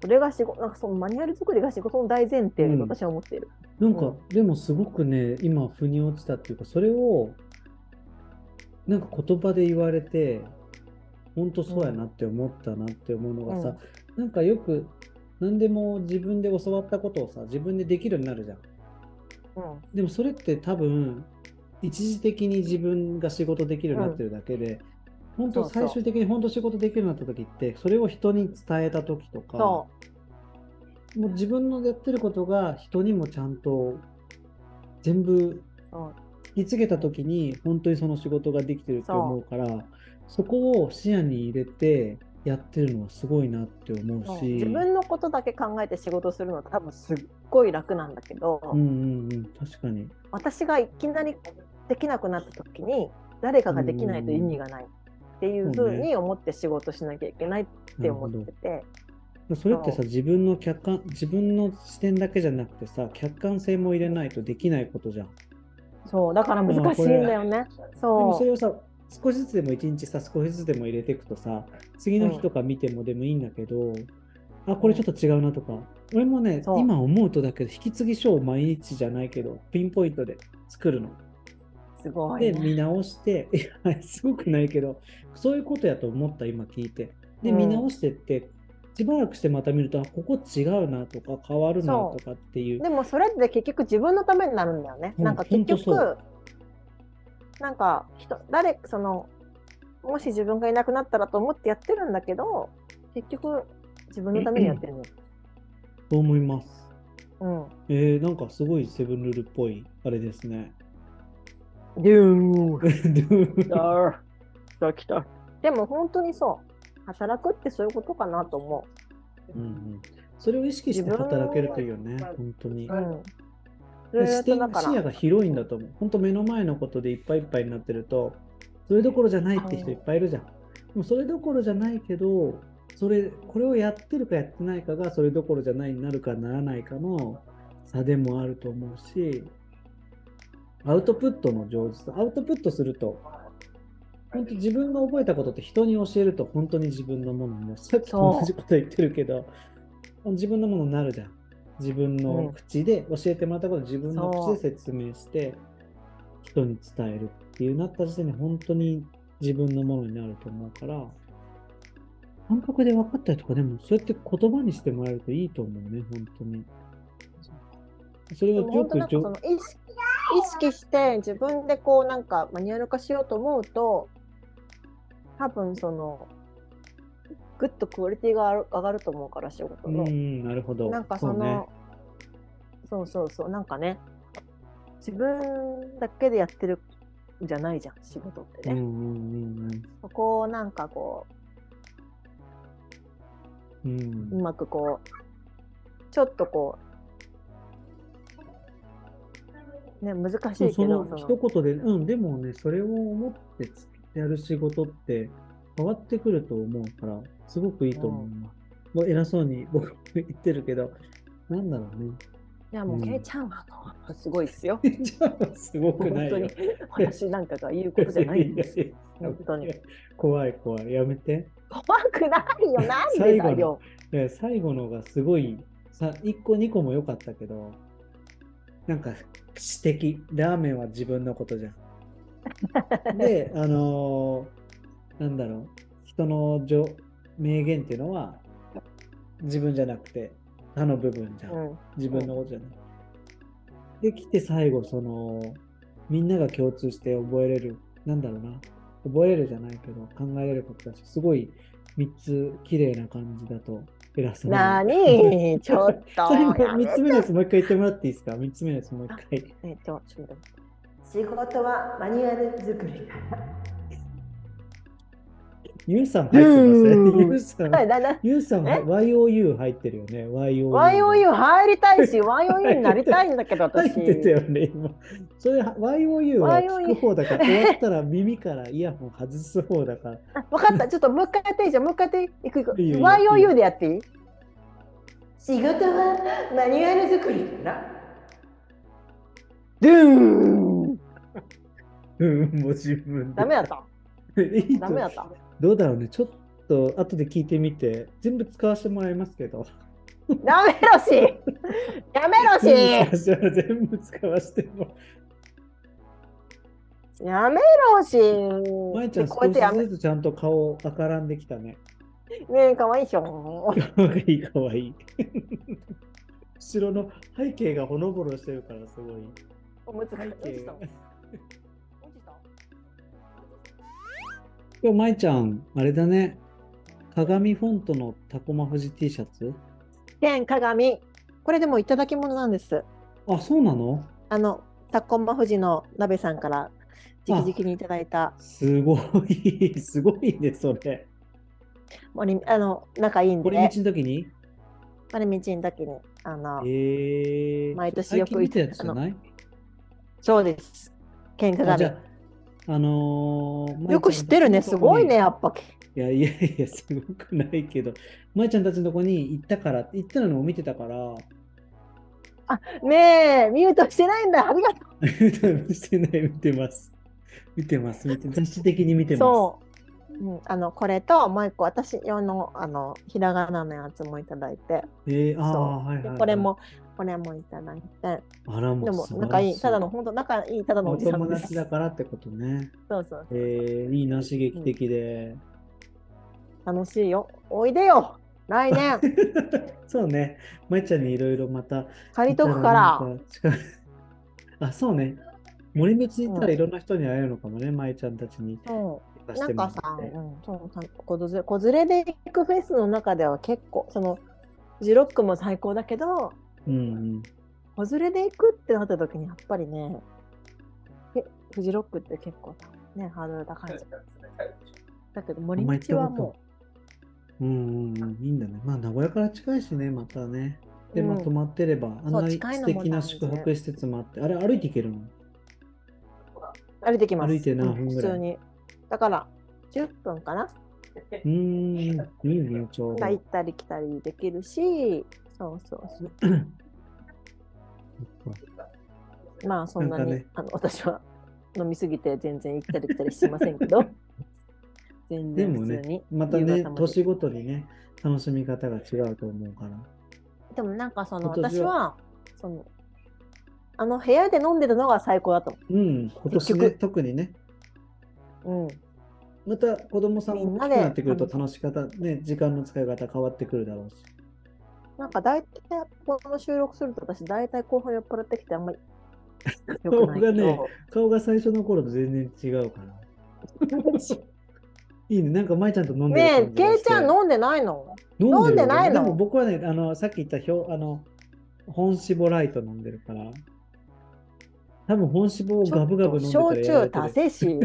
Speaker 2: それが仕事なんかそのマニュアル作りが仕事の大前提
Speaker 1: う
Speaker 2: で
Speaker 1: ん
Speaker 2: 私は思っている、
Speaker 1: なんか、
Speaker 2: うん
Speaker 1: でもすごくね今腑に落ちたっていうかそれをなんか言葉で言われて本当そうやなって思ったなって思うのがさ、なんかよく何でも自分で教わったことをさ自分でできるようになるじゃん。
Speaker 2: うん
Speaker 1: でもそれって多分一時的に自分が仕事できるようになってるだけで、本当
Speaker 2: そうそう
Speaker 1: 最終的に本当仕事できるようになった時ってそれを人に伝えた時とか
Speaker 2: そ
Speaker 1: もう自分のやってることが人にもちゃんと全部
Speaker 2: そう
Speaker 1: 突きつけた時に本当にその仕事ができてるって思うからそこを視野に入れてやってるのはすごいなって思
Speaker 2: う
Speaker 1: う
Speaker 2: そう
Speaker 1: し
Speaker 2: 自分のことだけ考えて仕事するのって多分すっごい楽なんだけど、
Speaker 1: うんうんうん確かに
Speaker 2: 私がいきなりできなくなった時に誰かができないと意味がないっていうふうに思って仕事しなきゃいけないって思ってて、
Speaker 1: それって
Speaker 2: そ
Speaker 1: さ自分の客観自分の視点だけじゃなくてさ客観性も入れないとできないことじゃん。
Speaker 2: そうだから難しいんだよね。
Speaker 1: でも
Speaker 2: そ
Speaker 1: そうれをさ少しずつでも一日さ少しずつでも入れていくとさ次の日とか見てもでもいいんだけど、あこれちょっと違うなとか俺もね
Speaker 2: そう
Speaker 1: 今思うとだけど引き継ぎ書を毎日じゃないけどピンポイントで作るの。
Speaker 2: すごい
Speaker 1: で
Speaker 2: ね、
Speaker 1: 見直して (laughs) いやすごくないけどそういうことやと思った今聞いて。で
Speaker 2: うん
Speaker 1: 見直してってしばらくしてまた見るとあここ違うなとか変わるなとかっていう。
Speaker 2: でもそれって結局自分のためになるんだよね。
Speaker 1: うん
Speaker 2: なんか結
Speaker 1: ほんとそ
Speaker 2: 局なんか人誰そのもし自分がいなくなったらと思ってやってるんだけど結局自分のためにやってるの。
Speaker 1: そう思います。
Speaker 2: うん
Speaker 1: えー、なんかすごいセブンルールっぽいあれです
Speaker 2: (laughs)
Speaker 1: ね。
Speaker 2: デュー
Speaker 1: でも
Speaker 2: だー来たでも本当にそう働くってそういうことかなと思
Speaker 1: うんうん、それを意識して働けるといいよね
Speaker 3: 自分、の
Speaker 1: 本当に
Speaker 2: う、。うん、
Speaker 1: で
Speaker 2: ずー
Speaker 1: 視
Speaker 2: っと
Speaker 1: 点
Speaker 2: だか
Speaker 1: 視野
Speaker 2: ら
Speaker 1: が広いんだと思う。本当目の前のことでいっぱいいっぱいになってると、それどころじゃないって人いっぱいいるじゃん。でもそれどころじゃないけど、それこれをやってるかやってないかがそれどころじゃないになるかならないかの差でもあると思うし、アウトプットの上手さ、アウトプットすると、本当自分が覚えたことって人に教えると本当に自分のものになる。さっきと同じこと言ってるけど、自分のものになるじゃん。自分の口で教えてもらったことを自分の口で説明して人に伝えるっていうなった時点で本当に自分のものになると思うから感覚で分かったりとかでもそうやって言葉にしてもらえるといいと思うね本当にそれ
Speaker 2: で
Speaker 1: が
Speaker 2: も
Speaker 1: よ
Speaker 2: 本当
Speaker 1: く
Speaker 2: なんか
Speaker 1: じ
Speaker 2: そ
Speaker 1: ょ
Speaker 2: の意識意識して自分でこうなんかマニュアル化しようと思うと多分そのぐっとクオリティが上がると思うから仕事
Speaker 1: う
Speaker 2: の。
Speaker 1: ん、なるほど。
Speaker 2: なんか
Speaker 1: そ
Speaker 2: そ
Speaker 1: うね
Speaker 2: の。そう,、そうそうなんかね自分だけでやってるんじゃないじゃん仕事って
Speaker 1: うんう
Speaker 2: ね、
Speaker 1: んうん
Speaker 2: そこをなんかこ
Speaker 1: うん。
Speaker 2: う
Speaker 1: う
Speaker 2: うんまくこうちょっとこうね難し
Speaker 1: そう
Speaker 2: い
Speaker 1: そ
Speaker 2: けど
Speaker 1: の
Speaker 2: そ
Speaker 1: 一
Speaker 2: の
Speaker 1: 言で、うん、でもね、それを思ってつやる仕事って変わってくると思うから、すごくいいと思うな。もう偉そうに僕言ってるけど、なんだろうね。 (laughs)
Speaker 2: いやもう、
Speaker 1: うん
Speaker 2: けいちゃんはあのすごいですよ
Speaker 1: じゃあ、すごくな
Speaker 2: 本
Speaker 1: い
Speaker 2: 当
Speaker 1: よ
Speaker 2: に。私なんかが言うことじゃないんで
Speaker 1: (laughs)
Speaker 2: す
Speaker 1: いやいやいや
Speaker 2: 本当に。
Speaker 1: 怖い怖い。やめて。
Speaker 2: 怖くないよなんでだ
Speaker 1: 最後
Speaker 2: よ
Speaker 1: で最後のがすごいさ1個2個も良かったけどなんか詩的ラーメンは自分のことじゃん。であのーなんだろう人のじょ名言っていうのは自分じゃなくて他の部分じゃん、
Speaker 2: うん
Speaker 1: 自分のことじゃない。できて最後そのみんなが共通して覚えれるなんだろうな覚えれるじゃないけど考えれることだしすごい3つ綺麗な感じだと偉そうに
Speaker 2: なにちょっと
Speaker 1: 最後
Speaker 2: やめ
Speaker 1: 3つ目のやつもう一回言ってもらっていいですか ?3 つ目のやつもう一
Speaker 2: (laughs)
Speaker 1: 回。
Speaker 2: えっと、ちょっと待って仕事はマニュアル作りか
Speaker 1: ゆうさん入ってま
Speaker 2: う
Speaker 1: す
Speaker 2: ん
Speaker 1: ね。ゆうさ
Speaker 2: ら。
Speaker 1: ん。
Speaker 2: だだ
Speaker 1: ゆうさんは
Speaker 2: え
Speaker 1: YOU 入ってるよね。YOU。
Speaker 2: YOU 入りたいし、YOU になりたいんだけど、
Speaker 1: (laughs) 入
Speaker 2: 私。
Speaker 1: ってたよね、今。それ YOU は聞く方だから、終わったら耳からイヤホン外す方だから。
Speaker 2: あ分か
Speaker 1: (laughs)
Speaker 2: った、ちょっともう一回やっていいじゃん。もう一回やっていいいくいく。
Speaker 1: いいよいいよ
Speaker 2: YOU でやっていい仕事はマニュアル作りかな。ドゥーン
Speaker 1: うん、もう自分で。
Speaker 2: ダメだった。
Speaker 1: いいと
Speaker 2: ダメだった。
Speaker 1: どうだろうね、ちょっと後で聞いてみて、全部使わせてもらいますけど。
Speaker 2: ダメろしやめろ
Speaker 1: 全部使わ
Speaker 2: し
Speaker 1: せて全部使わせてもら (laughs)
Speaker 2: (laughs) やめろし
Speaker 1: う。まえちゃん、
Speaker 2: こうやってや
Speaker 1: 少
Speaker 2: め
Speaker 1: しずつちゃんと顔赤らんできたね。
Speaker 2: ねえ、かわいいしょ。
Speaker 1: かわいい、かわいい。後ろの背景がほのぼろしてるから、すごい。
Speaker 2: おむつが落
Speaker 1: 背
Speaker 2: ち
Speaker 1: 景
Speaker 2: た
Speaker 1: が
Speaker 2: 落。ちた
Speaker 1: 今日、まえちゃん、あれだね。鏡フォントのタコマフジ T シャツ
Speaker 2: 天鏡これでもいただき物なんです
Speaker 1: あ、そうなの
Speaker 2: あのタコンマ富士の鍋さんから直々にいただいた
Speaker 1: すごい、すごいね、それ。
Speaker 2: もりあの仲いいんで
Speaker 1: これ道の時に
Speaker 2: マルミチンだけにあの、
Speaker 1: えー、
Speaker 2: 毎年
Speaker 1: 最
Speaker 2: よく
Speaker 1: 近見
Speaker 2: 行く
Speaker 1: たやつじゃない
Speaker 2: そうです天
Speaker 1: あじ
Speaker 2: 鏡
Speaker 1: ゃあ、あのー
Speaker 2: よく知ってるねすごいね。やっ
Speaker 1: ま
Speaker 2: ぱ
Speaker 1: いちゃんたちのとこにいやいやいや、すごくないけど、まいちゃんたちのとこに行ったから、行ったのを見てたから、 (laughs)
Speaker 2: ねえミュートしてないんだありがと
Speaker 1: してない、見てます。見てます、見て雑誌的に見てます。
Speaker 2: うそう、うん、あのこれともう一個私用のあのひらがなのやつもいただいて
Speaker 1: えー、あ
Speaker 2: そ
Speaker 1: あ、
Speaker 2: う
Speaker 1: はいはい
Speaker 2: で
Speaker 1: はい、
Speaker 2: これもこれもいただいて
Speaker 1: あらもう
Speaker 2: でも
Speaker 1: 素晴らし
Speaker 2: 仲いいただの本当仲いいただのお
Speaker 1: お
Speaker 2: じさん
Speaker 1: 友
Speaker 2: で
Speaker 1: 達
Speaker 2: す
Speaker 1: だからってことね。
Speaker 2: そうそう
Speaker 1: えー、いいな、刺激的で。 (laughs)
Speaker 2: 楽しいよ。おいでよ。
Speaker 1: (laughs)
Speaker 2: 来年
Speaker 1: そうね、まいちゃんにいろいろまた
Speaker 2: 借りとくから。
Speaker 1: 近い。あ、そうね。森道に行ったらいろんな人に会えるのかもね、舞ちゃんたちに
Speaker 2: そ
Speaker 1: 行か
Speaker 2: う
Speaker 1: せ
Speaker 2: な
Speaker 1: て
Speaker 2: ん
Speaker 1: もら
Speaker 2: か
Speaker 1: って。
Speaker 2: さ、うん、そうさ子連れ子連れで行くフェスの中では結構そのジロックも最高だけど
Speaker 1: うん
Speaker 2: 子連れで行くってなった時にやっぱりねえフジロックって結構ねハードル高いじゃんだけど森道はも
Speaker 1: うん。うんうんうん、いいんだね。まあ、名古屋から近いしね、またね。で、
Speaker 2: うん
Speaker 1: まあ、泊まってれば、あんな
Speaker 2: そう
Speaker 1: に
Speaker 2: 近い
Speaker 1: 素
Speaker 2: のも
Speaker 1: 敵な
Speaker 2: 大事
Speaker 1: 宿泊施設もあって、あれ、歩いて行けるの
Speaker 2: う歩いてきます
Speaker 1: 歩いて何分
Speaker 2: うん
Speaker 1: ぐ
Speaker 2: 普
Speaker 1: らい
Speaker 2: 通にだから10分かな
Speaker 1: うーん、いいね、ちょうど。
Speaker 2: 行ったり来たりできるしそうそうそうまあそんなに
Speaker 1: なんかね
Speaker 2: あの私は飲みすぎて全然行ったり来たりしてません
Speaker 1: (laughs)
Speaker 2: けど全
Speaker 1: で
Speaker 2: 然
Speaker 1: も
Speaker 2: 普通
Speaker 1: ね
Speaker 2: に、
Speaker 1: また
Speaker 2: 夕
Speaker 1: ね
Speaker 2: 方ま、で
Speaker 1: 年ごとにね、楽しみ方が違うと思うから。
Speaker 2: でもなんかその
Speaker 1: 今年
Speaker 2: 私
Speaker 1: は
Speaker 2: はそのあの部屋で飲んでたのが最高だと
Speaker 1: うん、今年ね、
Speaker 2: 結局
Speaker 1: 特にね、
Speaker 2: 思う、
Speaker 1: また子供さんも
Speaker 2: みん
Speaker 1: 大
Speaker 2: な
Speaker 1: き
Speaker 2: で
Speaker 1: くなってくると楽しかった、ね、時間の使い方変わってくるだろうし。
Speaker 2: うん、なんか大体この収録すると私大体後半酔っ払ってきてあんまり良
Speaker 1: (laughs)
Speaker 2: くない
Speaker 1: 僕
Speaker 2: け
Speaker 1: がね
Speaker 2: ど
Speaker 1: 顔が最初の頃と全然違うから。いいね。なんか舞ちゃんと飲んで
Speaker 2: ねえ、
Speaker 1: る感じが
Speaker 2: けい
Speaker 1: して。
Speaker 2: ちゃん飲んでないの
Speaker 1: 飲
Speaker 2: 飲んでないの
Speaker 1: でも僕はね、あの、さっき言った表、あの、本搾ライト飲んでるから。多分本搾を
Speaker 2: ちょ
Speaker 1: ガ
Speaker 2: っ
Speaker 1: ブガブ飲ん
Speaker 2: と
Speaker 1: でたら
Speaker 2: 焼酎足せ
Speaker 1: (laughs)
Speaker 2: し、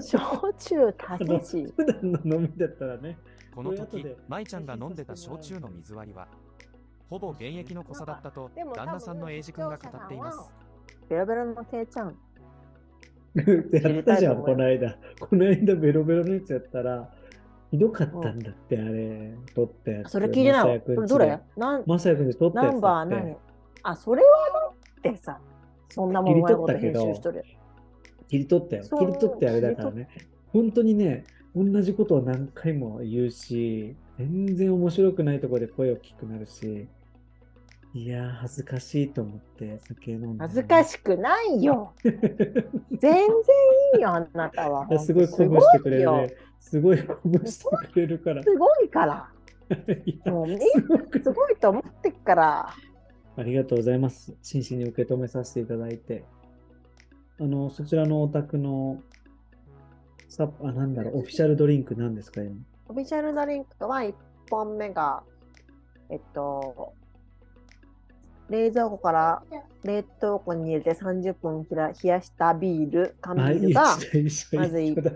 Speaker 1: せ
Speaker 2: 焼酎足せし。
Speaker 1: 普段の飲みだったらね。
Speaker 4: この時
Speaker 1: これ後で、
Speaker 4: 舞ちゃんが飲んでた焼酎の水割りは、ほぼ現役の濃さだったと
Speaker 2: でも多分
Speaker 4: 旦那さんの英二君が語っています。
Speaker 2: ベロベロのけいちゃん。
Speaker 1: やったじゃん、
Speaker 2: 知
Speaker 1: こ
Speaker 2: り
Speaker 1: の間。この間、ベロベロのやつやったら、ひどかったんだって、あれ、取ったやつ。
Speaker 2: それ聞いてな
Speaker 1: マサヤ
Speaker 2: いわ。
Speaker 1: くん
Speaker 2: それ
Speaker 1: ち
Speaker 2: ど
Speaker 1: で
Speaker 2: れなん
Speaker 1: マサヤ君で取った
Speaker 2: ナ
Speaker 1: やつだって。
Speaker 2: ンバー何あ、それはだってさ、そんなもんうまいこと
Speaker 1: 切り
Speaker 2: 編
Speaker 1: 取
Speaker 2: 集
Speaker 1: っ
Speaker 2: したとる。
Speaker 1: 切り取ったよ。
Speaker 2: そう
Speaker 1: 切り取ってあれだからね。本当にね、同じことを何回も言うし、全然面白くないところで声大きくなるし、いやー、恥ずかしいと思って酒飲んで。
Speaker 2: 恥ずか
Speaker 1: い。
Speaker 2: しくないよ。全然いいよ、あなたは。
Speaker 1: (laughs) すごい鼓舞してくれるね。すごい鼓舞してくれるから。
Speaker 2: すごいから。
Speaker 1: いや
Speaker 2: (laughs) もうみん
Speaker 1: すごく
Speaker 2: なすごいと思ってっから。
Speaker 1: ありがとうございます。真摯に受け止めさせていただいて。あの、そちらのお宅の、さあ、なんだろう、オフィシャルドリンクなんですか、今。
Speaker 2: オフィシャルドリンクは1本目が、えっと、冷蔵庫から冷凍庫に入れて30分ひら冷やしたビール、缶ビ
Speaker 1: あ、い
Speaker 2: ー
Speaker 1: い
Speaker 2: ルが、
Speaker 1: ですね
Speaker 2: まずいい
Speaker 1: 一緒だ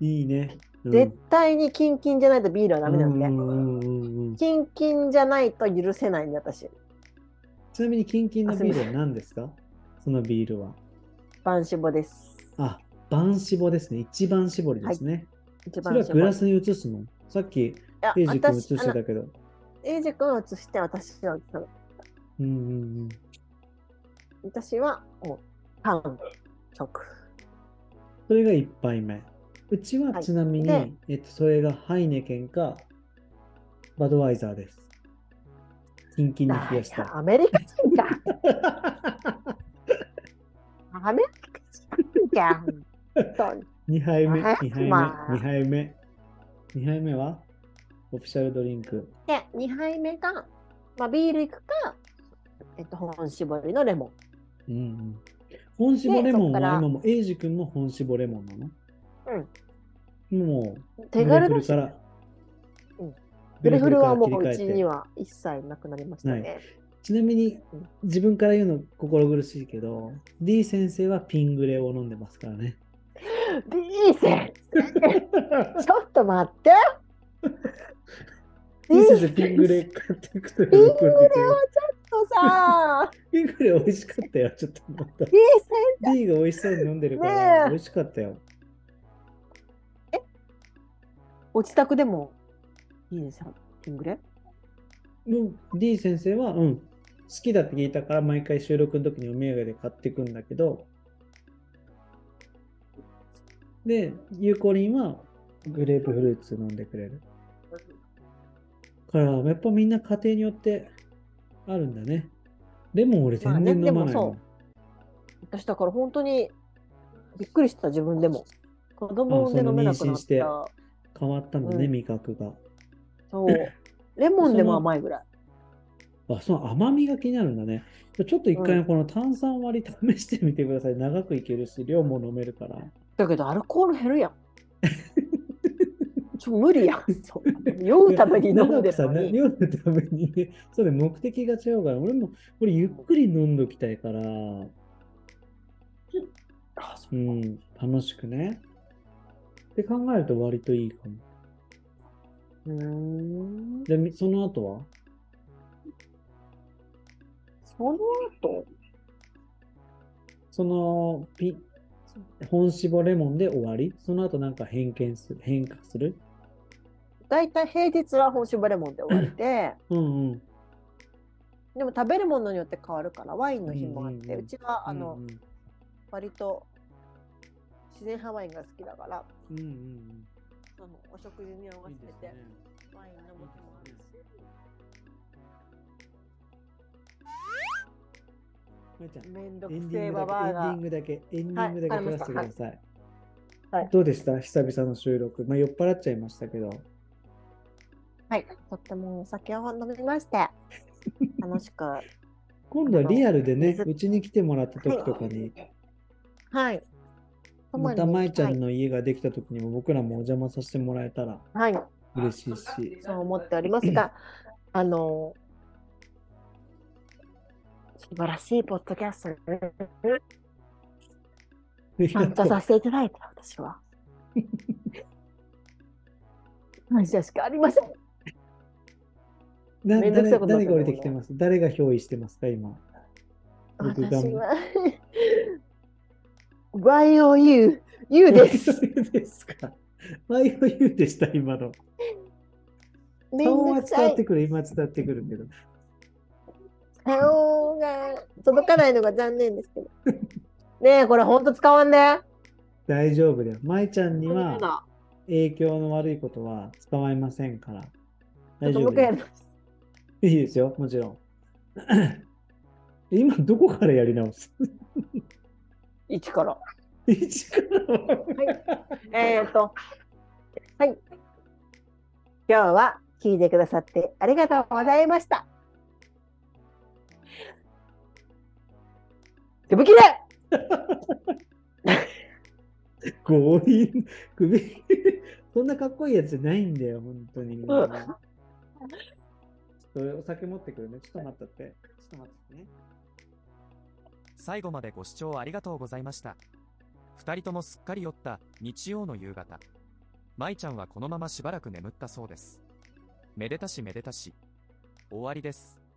Speaker 1: いいね。うん
Speaker 2: 絶対にキンキンじゃないとビールはダメなんで、
Speaker 1: うんうんうんうん
Speaker 2: キンキンじゃないと許せないんで、私。
Speaker 1: ちなみにキンキンのビールは何ですかそのビールは。
Speaker 2: 晩絞です。
Speaker 1: あ、晩絞ですね。一番絞りですね。
Speaker 2: 一
Speaker 1: そ
Speaker 2: 番
Speaker 1: れはグラ
Speaker 2: 搾
Speaker 1: スに移すのさっき、
Speaker 2: り。
Speaker 1: ペ
Speaker 2: い
Speaker 1: ー
Speaker 2: や、
Speaker 1: ジ君映
Speaker 2: 私、
Speaker 1: し
Speaker 2: あ
Speaker 1: て
Speaker 2: の、
Speaker 1: たけど。
Speaker 2: エイジ君を映して私は、
Speaker 1: うんうんうん。
Speaker 2: 私は、もう、缶、食。
Speaker 1: それが一杯目。うちは
Speaker 2: はい
Speaker 1: ちなみに、
Speaker 2: で
Speaker 1: えっと、それがハイネケンか、バドワイザーです。キンキンに冷やし
Speaker 2: いや
Speaker 1: た。
Speaker 2: アメリカ人か。
Speaker 1: (laughs)
Speaker 2: アメリカ人か。本当
Speaker 1: 2
Speaker 2: に
Speaker 1: 杯目、
Speaker 2: あ
Speaker 1: 2杯目、
Speaker 2: まあ
Speaker 1: 2杯目。2杯目はオフィシャルドリンク。
Speaker 2: で、2杯目が、まあ、ビールいくか、えっと、本搾りのレモ
Speaker 1: うんうん、本搾レモン
Speaker 2: でそっ
Speaker 1: は
Speaker 2: から
Speaker 1: 今も、エイジ君も本搾レモンなのも
Speaker 2: ン。
Speaker 1: う、
Speaker 2: 手軽
Speaker 1: グレフ
Speaker 2: だ
Speaker 1: ルか
Speaker 2: し、
Speaker 1: ら。
Speaker 2: うん
Speaker 1: グ
Speaker 2: グ
Speaker 1: レ
Speaker 2: レ
Speaker 1: フ
Speaker 2: フ
Speaker 1: ル
Speaker 2: ル
Speaker 1: から
Speaker 2: はも
Speaker 1: 切り替
Speaker 2: うう
Speaker 1: え
Speaker 2: ち
Speaker 1: て
Speaker 2: には一切なくなりましたね。
Speaker 1: ちなみに
Speaker 2: うん
Speaker 1: 自分から言うの心苦しいけど、D 先生はピングレを飲んでますからね。
Speaker 2: D 先生、ちょっと
Speaker 1: (laughs)
Speaker 2: 待って。
Speaker 1: D 先生
Speaker 2: いい
Speaker 1: ピングレ買っていくと喜んで
Speaker 2: ピン
Speaker 1: くれる
Speaker 2: とさ、
Speaker 1: ピングレ美味しかったよ、ちょっと思った。
Speaker 2: D 先
Speaker 1: D が美味しそうに飲んでるから、
Speaker 2: ねえ
Speaker 1: 美味しかったよ。
Speaker 2: お自宅でもいいですよ、ピングレ。
Speaker 1: もう D 先生は、うん、好きだって聞いたから、毎回収録の時にお土産で買っていくんだけど、で、ゆうこりんはグレープフルーツ飲んでくれる。から、やっぱみんな家庭によってあるんだね。レモン俺全然飲まない
Speaker 2: まあ
Speaker 1: も
Speaker 2: ね
Speaker 1: ん。
Speaker 2: 私だから本当にびっくりした自分でも。子供産んで飲めなくな
Speaker 1: あその妊
Speaker 2: っ
Speaker 1: 娠して
Speaker 2: た。
Speaker 1: 変わったんだね、
Speaker 2: うん
Speaker 1: 味覚が。 (laughs)
Speaker 2: そう。レモンでも甘いぐらい。
Speaker 1: あ、その甘みが気になるんだね。じゃあちょっと一
Speaker 2: う
Speaker 1: 回
Speaker 2: ん
Speaker 1: この炭酸割り試してみてください。長くいけるし、量も飲めるから。
Speaker 2: だけどアルコール減る
Speaker 1: (laughs)
Speaker 2: やん。ちょ無理やん。そう酔うために飲んでるの
Speaker 1: (laughs)
Speaker 2: に。
Speaker 1: 酔うために (laughs) ね、それ目的が違うから、俺も、これゆっくり飲んどきたいから、
Speaker 2: あそう
Speaker 1: うん、楽しくね。って考えると割といいかも。
Speaker 2: うーん。
Speaker 1: じゃあ、みその後は
Speaker 2: その後
Speaker 1: そのピ、本搾レモンで終わりその後なんか変形する変化する
Speaker 2: だいたい平日は本搾レモンで終わりで、
Speaker 1: うんうん。
Speaker 2: でも食べるものによって変わるからワインの日もあっ
Speaker 1: うんうん
Speaker 2: て、
Speaker 1: うん
Speaker 2: うちはあ
Speaker 1: う
Speaker 2: の
Speaker 1: んうん
Speaker 2: 割と自然派ワインが好きだから、
Speaker 1: うんうん
Speaker 2: そのお食事に合
Speaker 1: う
Speaker 2: わ
Speaker 1: ん。いい
Speaker 2: せ
Speaker 1: で
Speaker 2: て
Speaker 1: すね
Speaker 2: て。ワインのもあるし。
Speaker 1: まゆちゃん
Speaker 2: めんど
Speaker 1: エンデ
Speaker 2: くせ
Speaker 1: ィ
Speaker 2: え
Speaker 1: ング
Speaker 2: ババアが。
Speaker 1: だけ、エンディングだけ、エンディングだけ取らせてください。
Speaker 2: はい
Speaker 1: どうでした久々の収録。まあ、酔っ払っちゃいましたけど。
Speaker 2: はい、とってもお酒を飲みまして、楽
Speaker 1: (laughs)
Speaker 2: しく。は
Speaker 1: 今度はリアルでね
Speaker 2: 水、
Speaker 1: うちに来てもらった時とかに、
Speaker 2: い。
Speaker 1: またまえちゃんの家ができた時にも僕らもお邪魔させてもらえたら
Speaker 2: はい、はい
Speaker 1: 嬉しい (laughs) し。
Speaker 2: そう思っておりま
Speaker 1: (laughs)
Speaker 2: すが、あの、素晴らしいポッドキャストに参加させていただいた、私は。
Speaker 1: (laughs)
Speaker 2: 感謝しかありません。
Speaker 1: な
Speaker 2: めんどくさい
Speaker 1: 誰
Speaker 2: こと
Speaker 1: 誰が降り
Speaker 2: になってる
Speaker 1: てきてます誰が憑依してますか今。僕が (laughs)
Speaker 2: 私は。YOU、
Speaker 1: (laughs)
Speaker 2: U です。
Speaker 1: ですか。YOU でした、今の。
Speaker 2: め
Speaker 1: 顔
Speaker 2: ん
Speaker 1: は
Speaker 2: ど
Speaker 1: 伝
Speaker 2: くさ
Speaker 1: わっ
Speaker 2: い
Speaker 1: て。くる、今伝わってくるけど。
Speaker 2: 顔が届かないのが残念ですけど。ねえ、これほんと使わんね。
Speaker 1: 大丈夫だよ。まえちゃんに
Speaker 2: こういう
Speaker 1: は
Speaker 2: の
Speaker 1: 影響の悪いことは使われませんから。
Speaker 2: ちょ
Speaker 1: 大
Speaker 2: っと
Speaker 1: 丈
Speaker 2: も
Speaker 1: 夫だよ
Speaker 2: う一回やります。
Speaker 1: いいですよ、もちろん。今、どこからやり直す
Speaker 2: 一から。
Speaker 1: 一 (laughs) から
Speaker 2: えー、と、はい。今日は聞いてくださってありがとうございました。手拭きで
Speaker 1: 強引、首、そんなかっこいいやつじゃないんだよ、本当に。ちょっ (laughs) とお酒持ってくるね。ちょっと待ったって。ちょっと待ってね。
Speaker 4: 最後までご視聴ありがとうございました。二人ともすっかり酔った日曜の夕方。舞ちゃんはこのまましばらく眠ったそうです。めでたしめでたし。終わりです。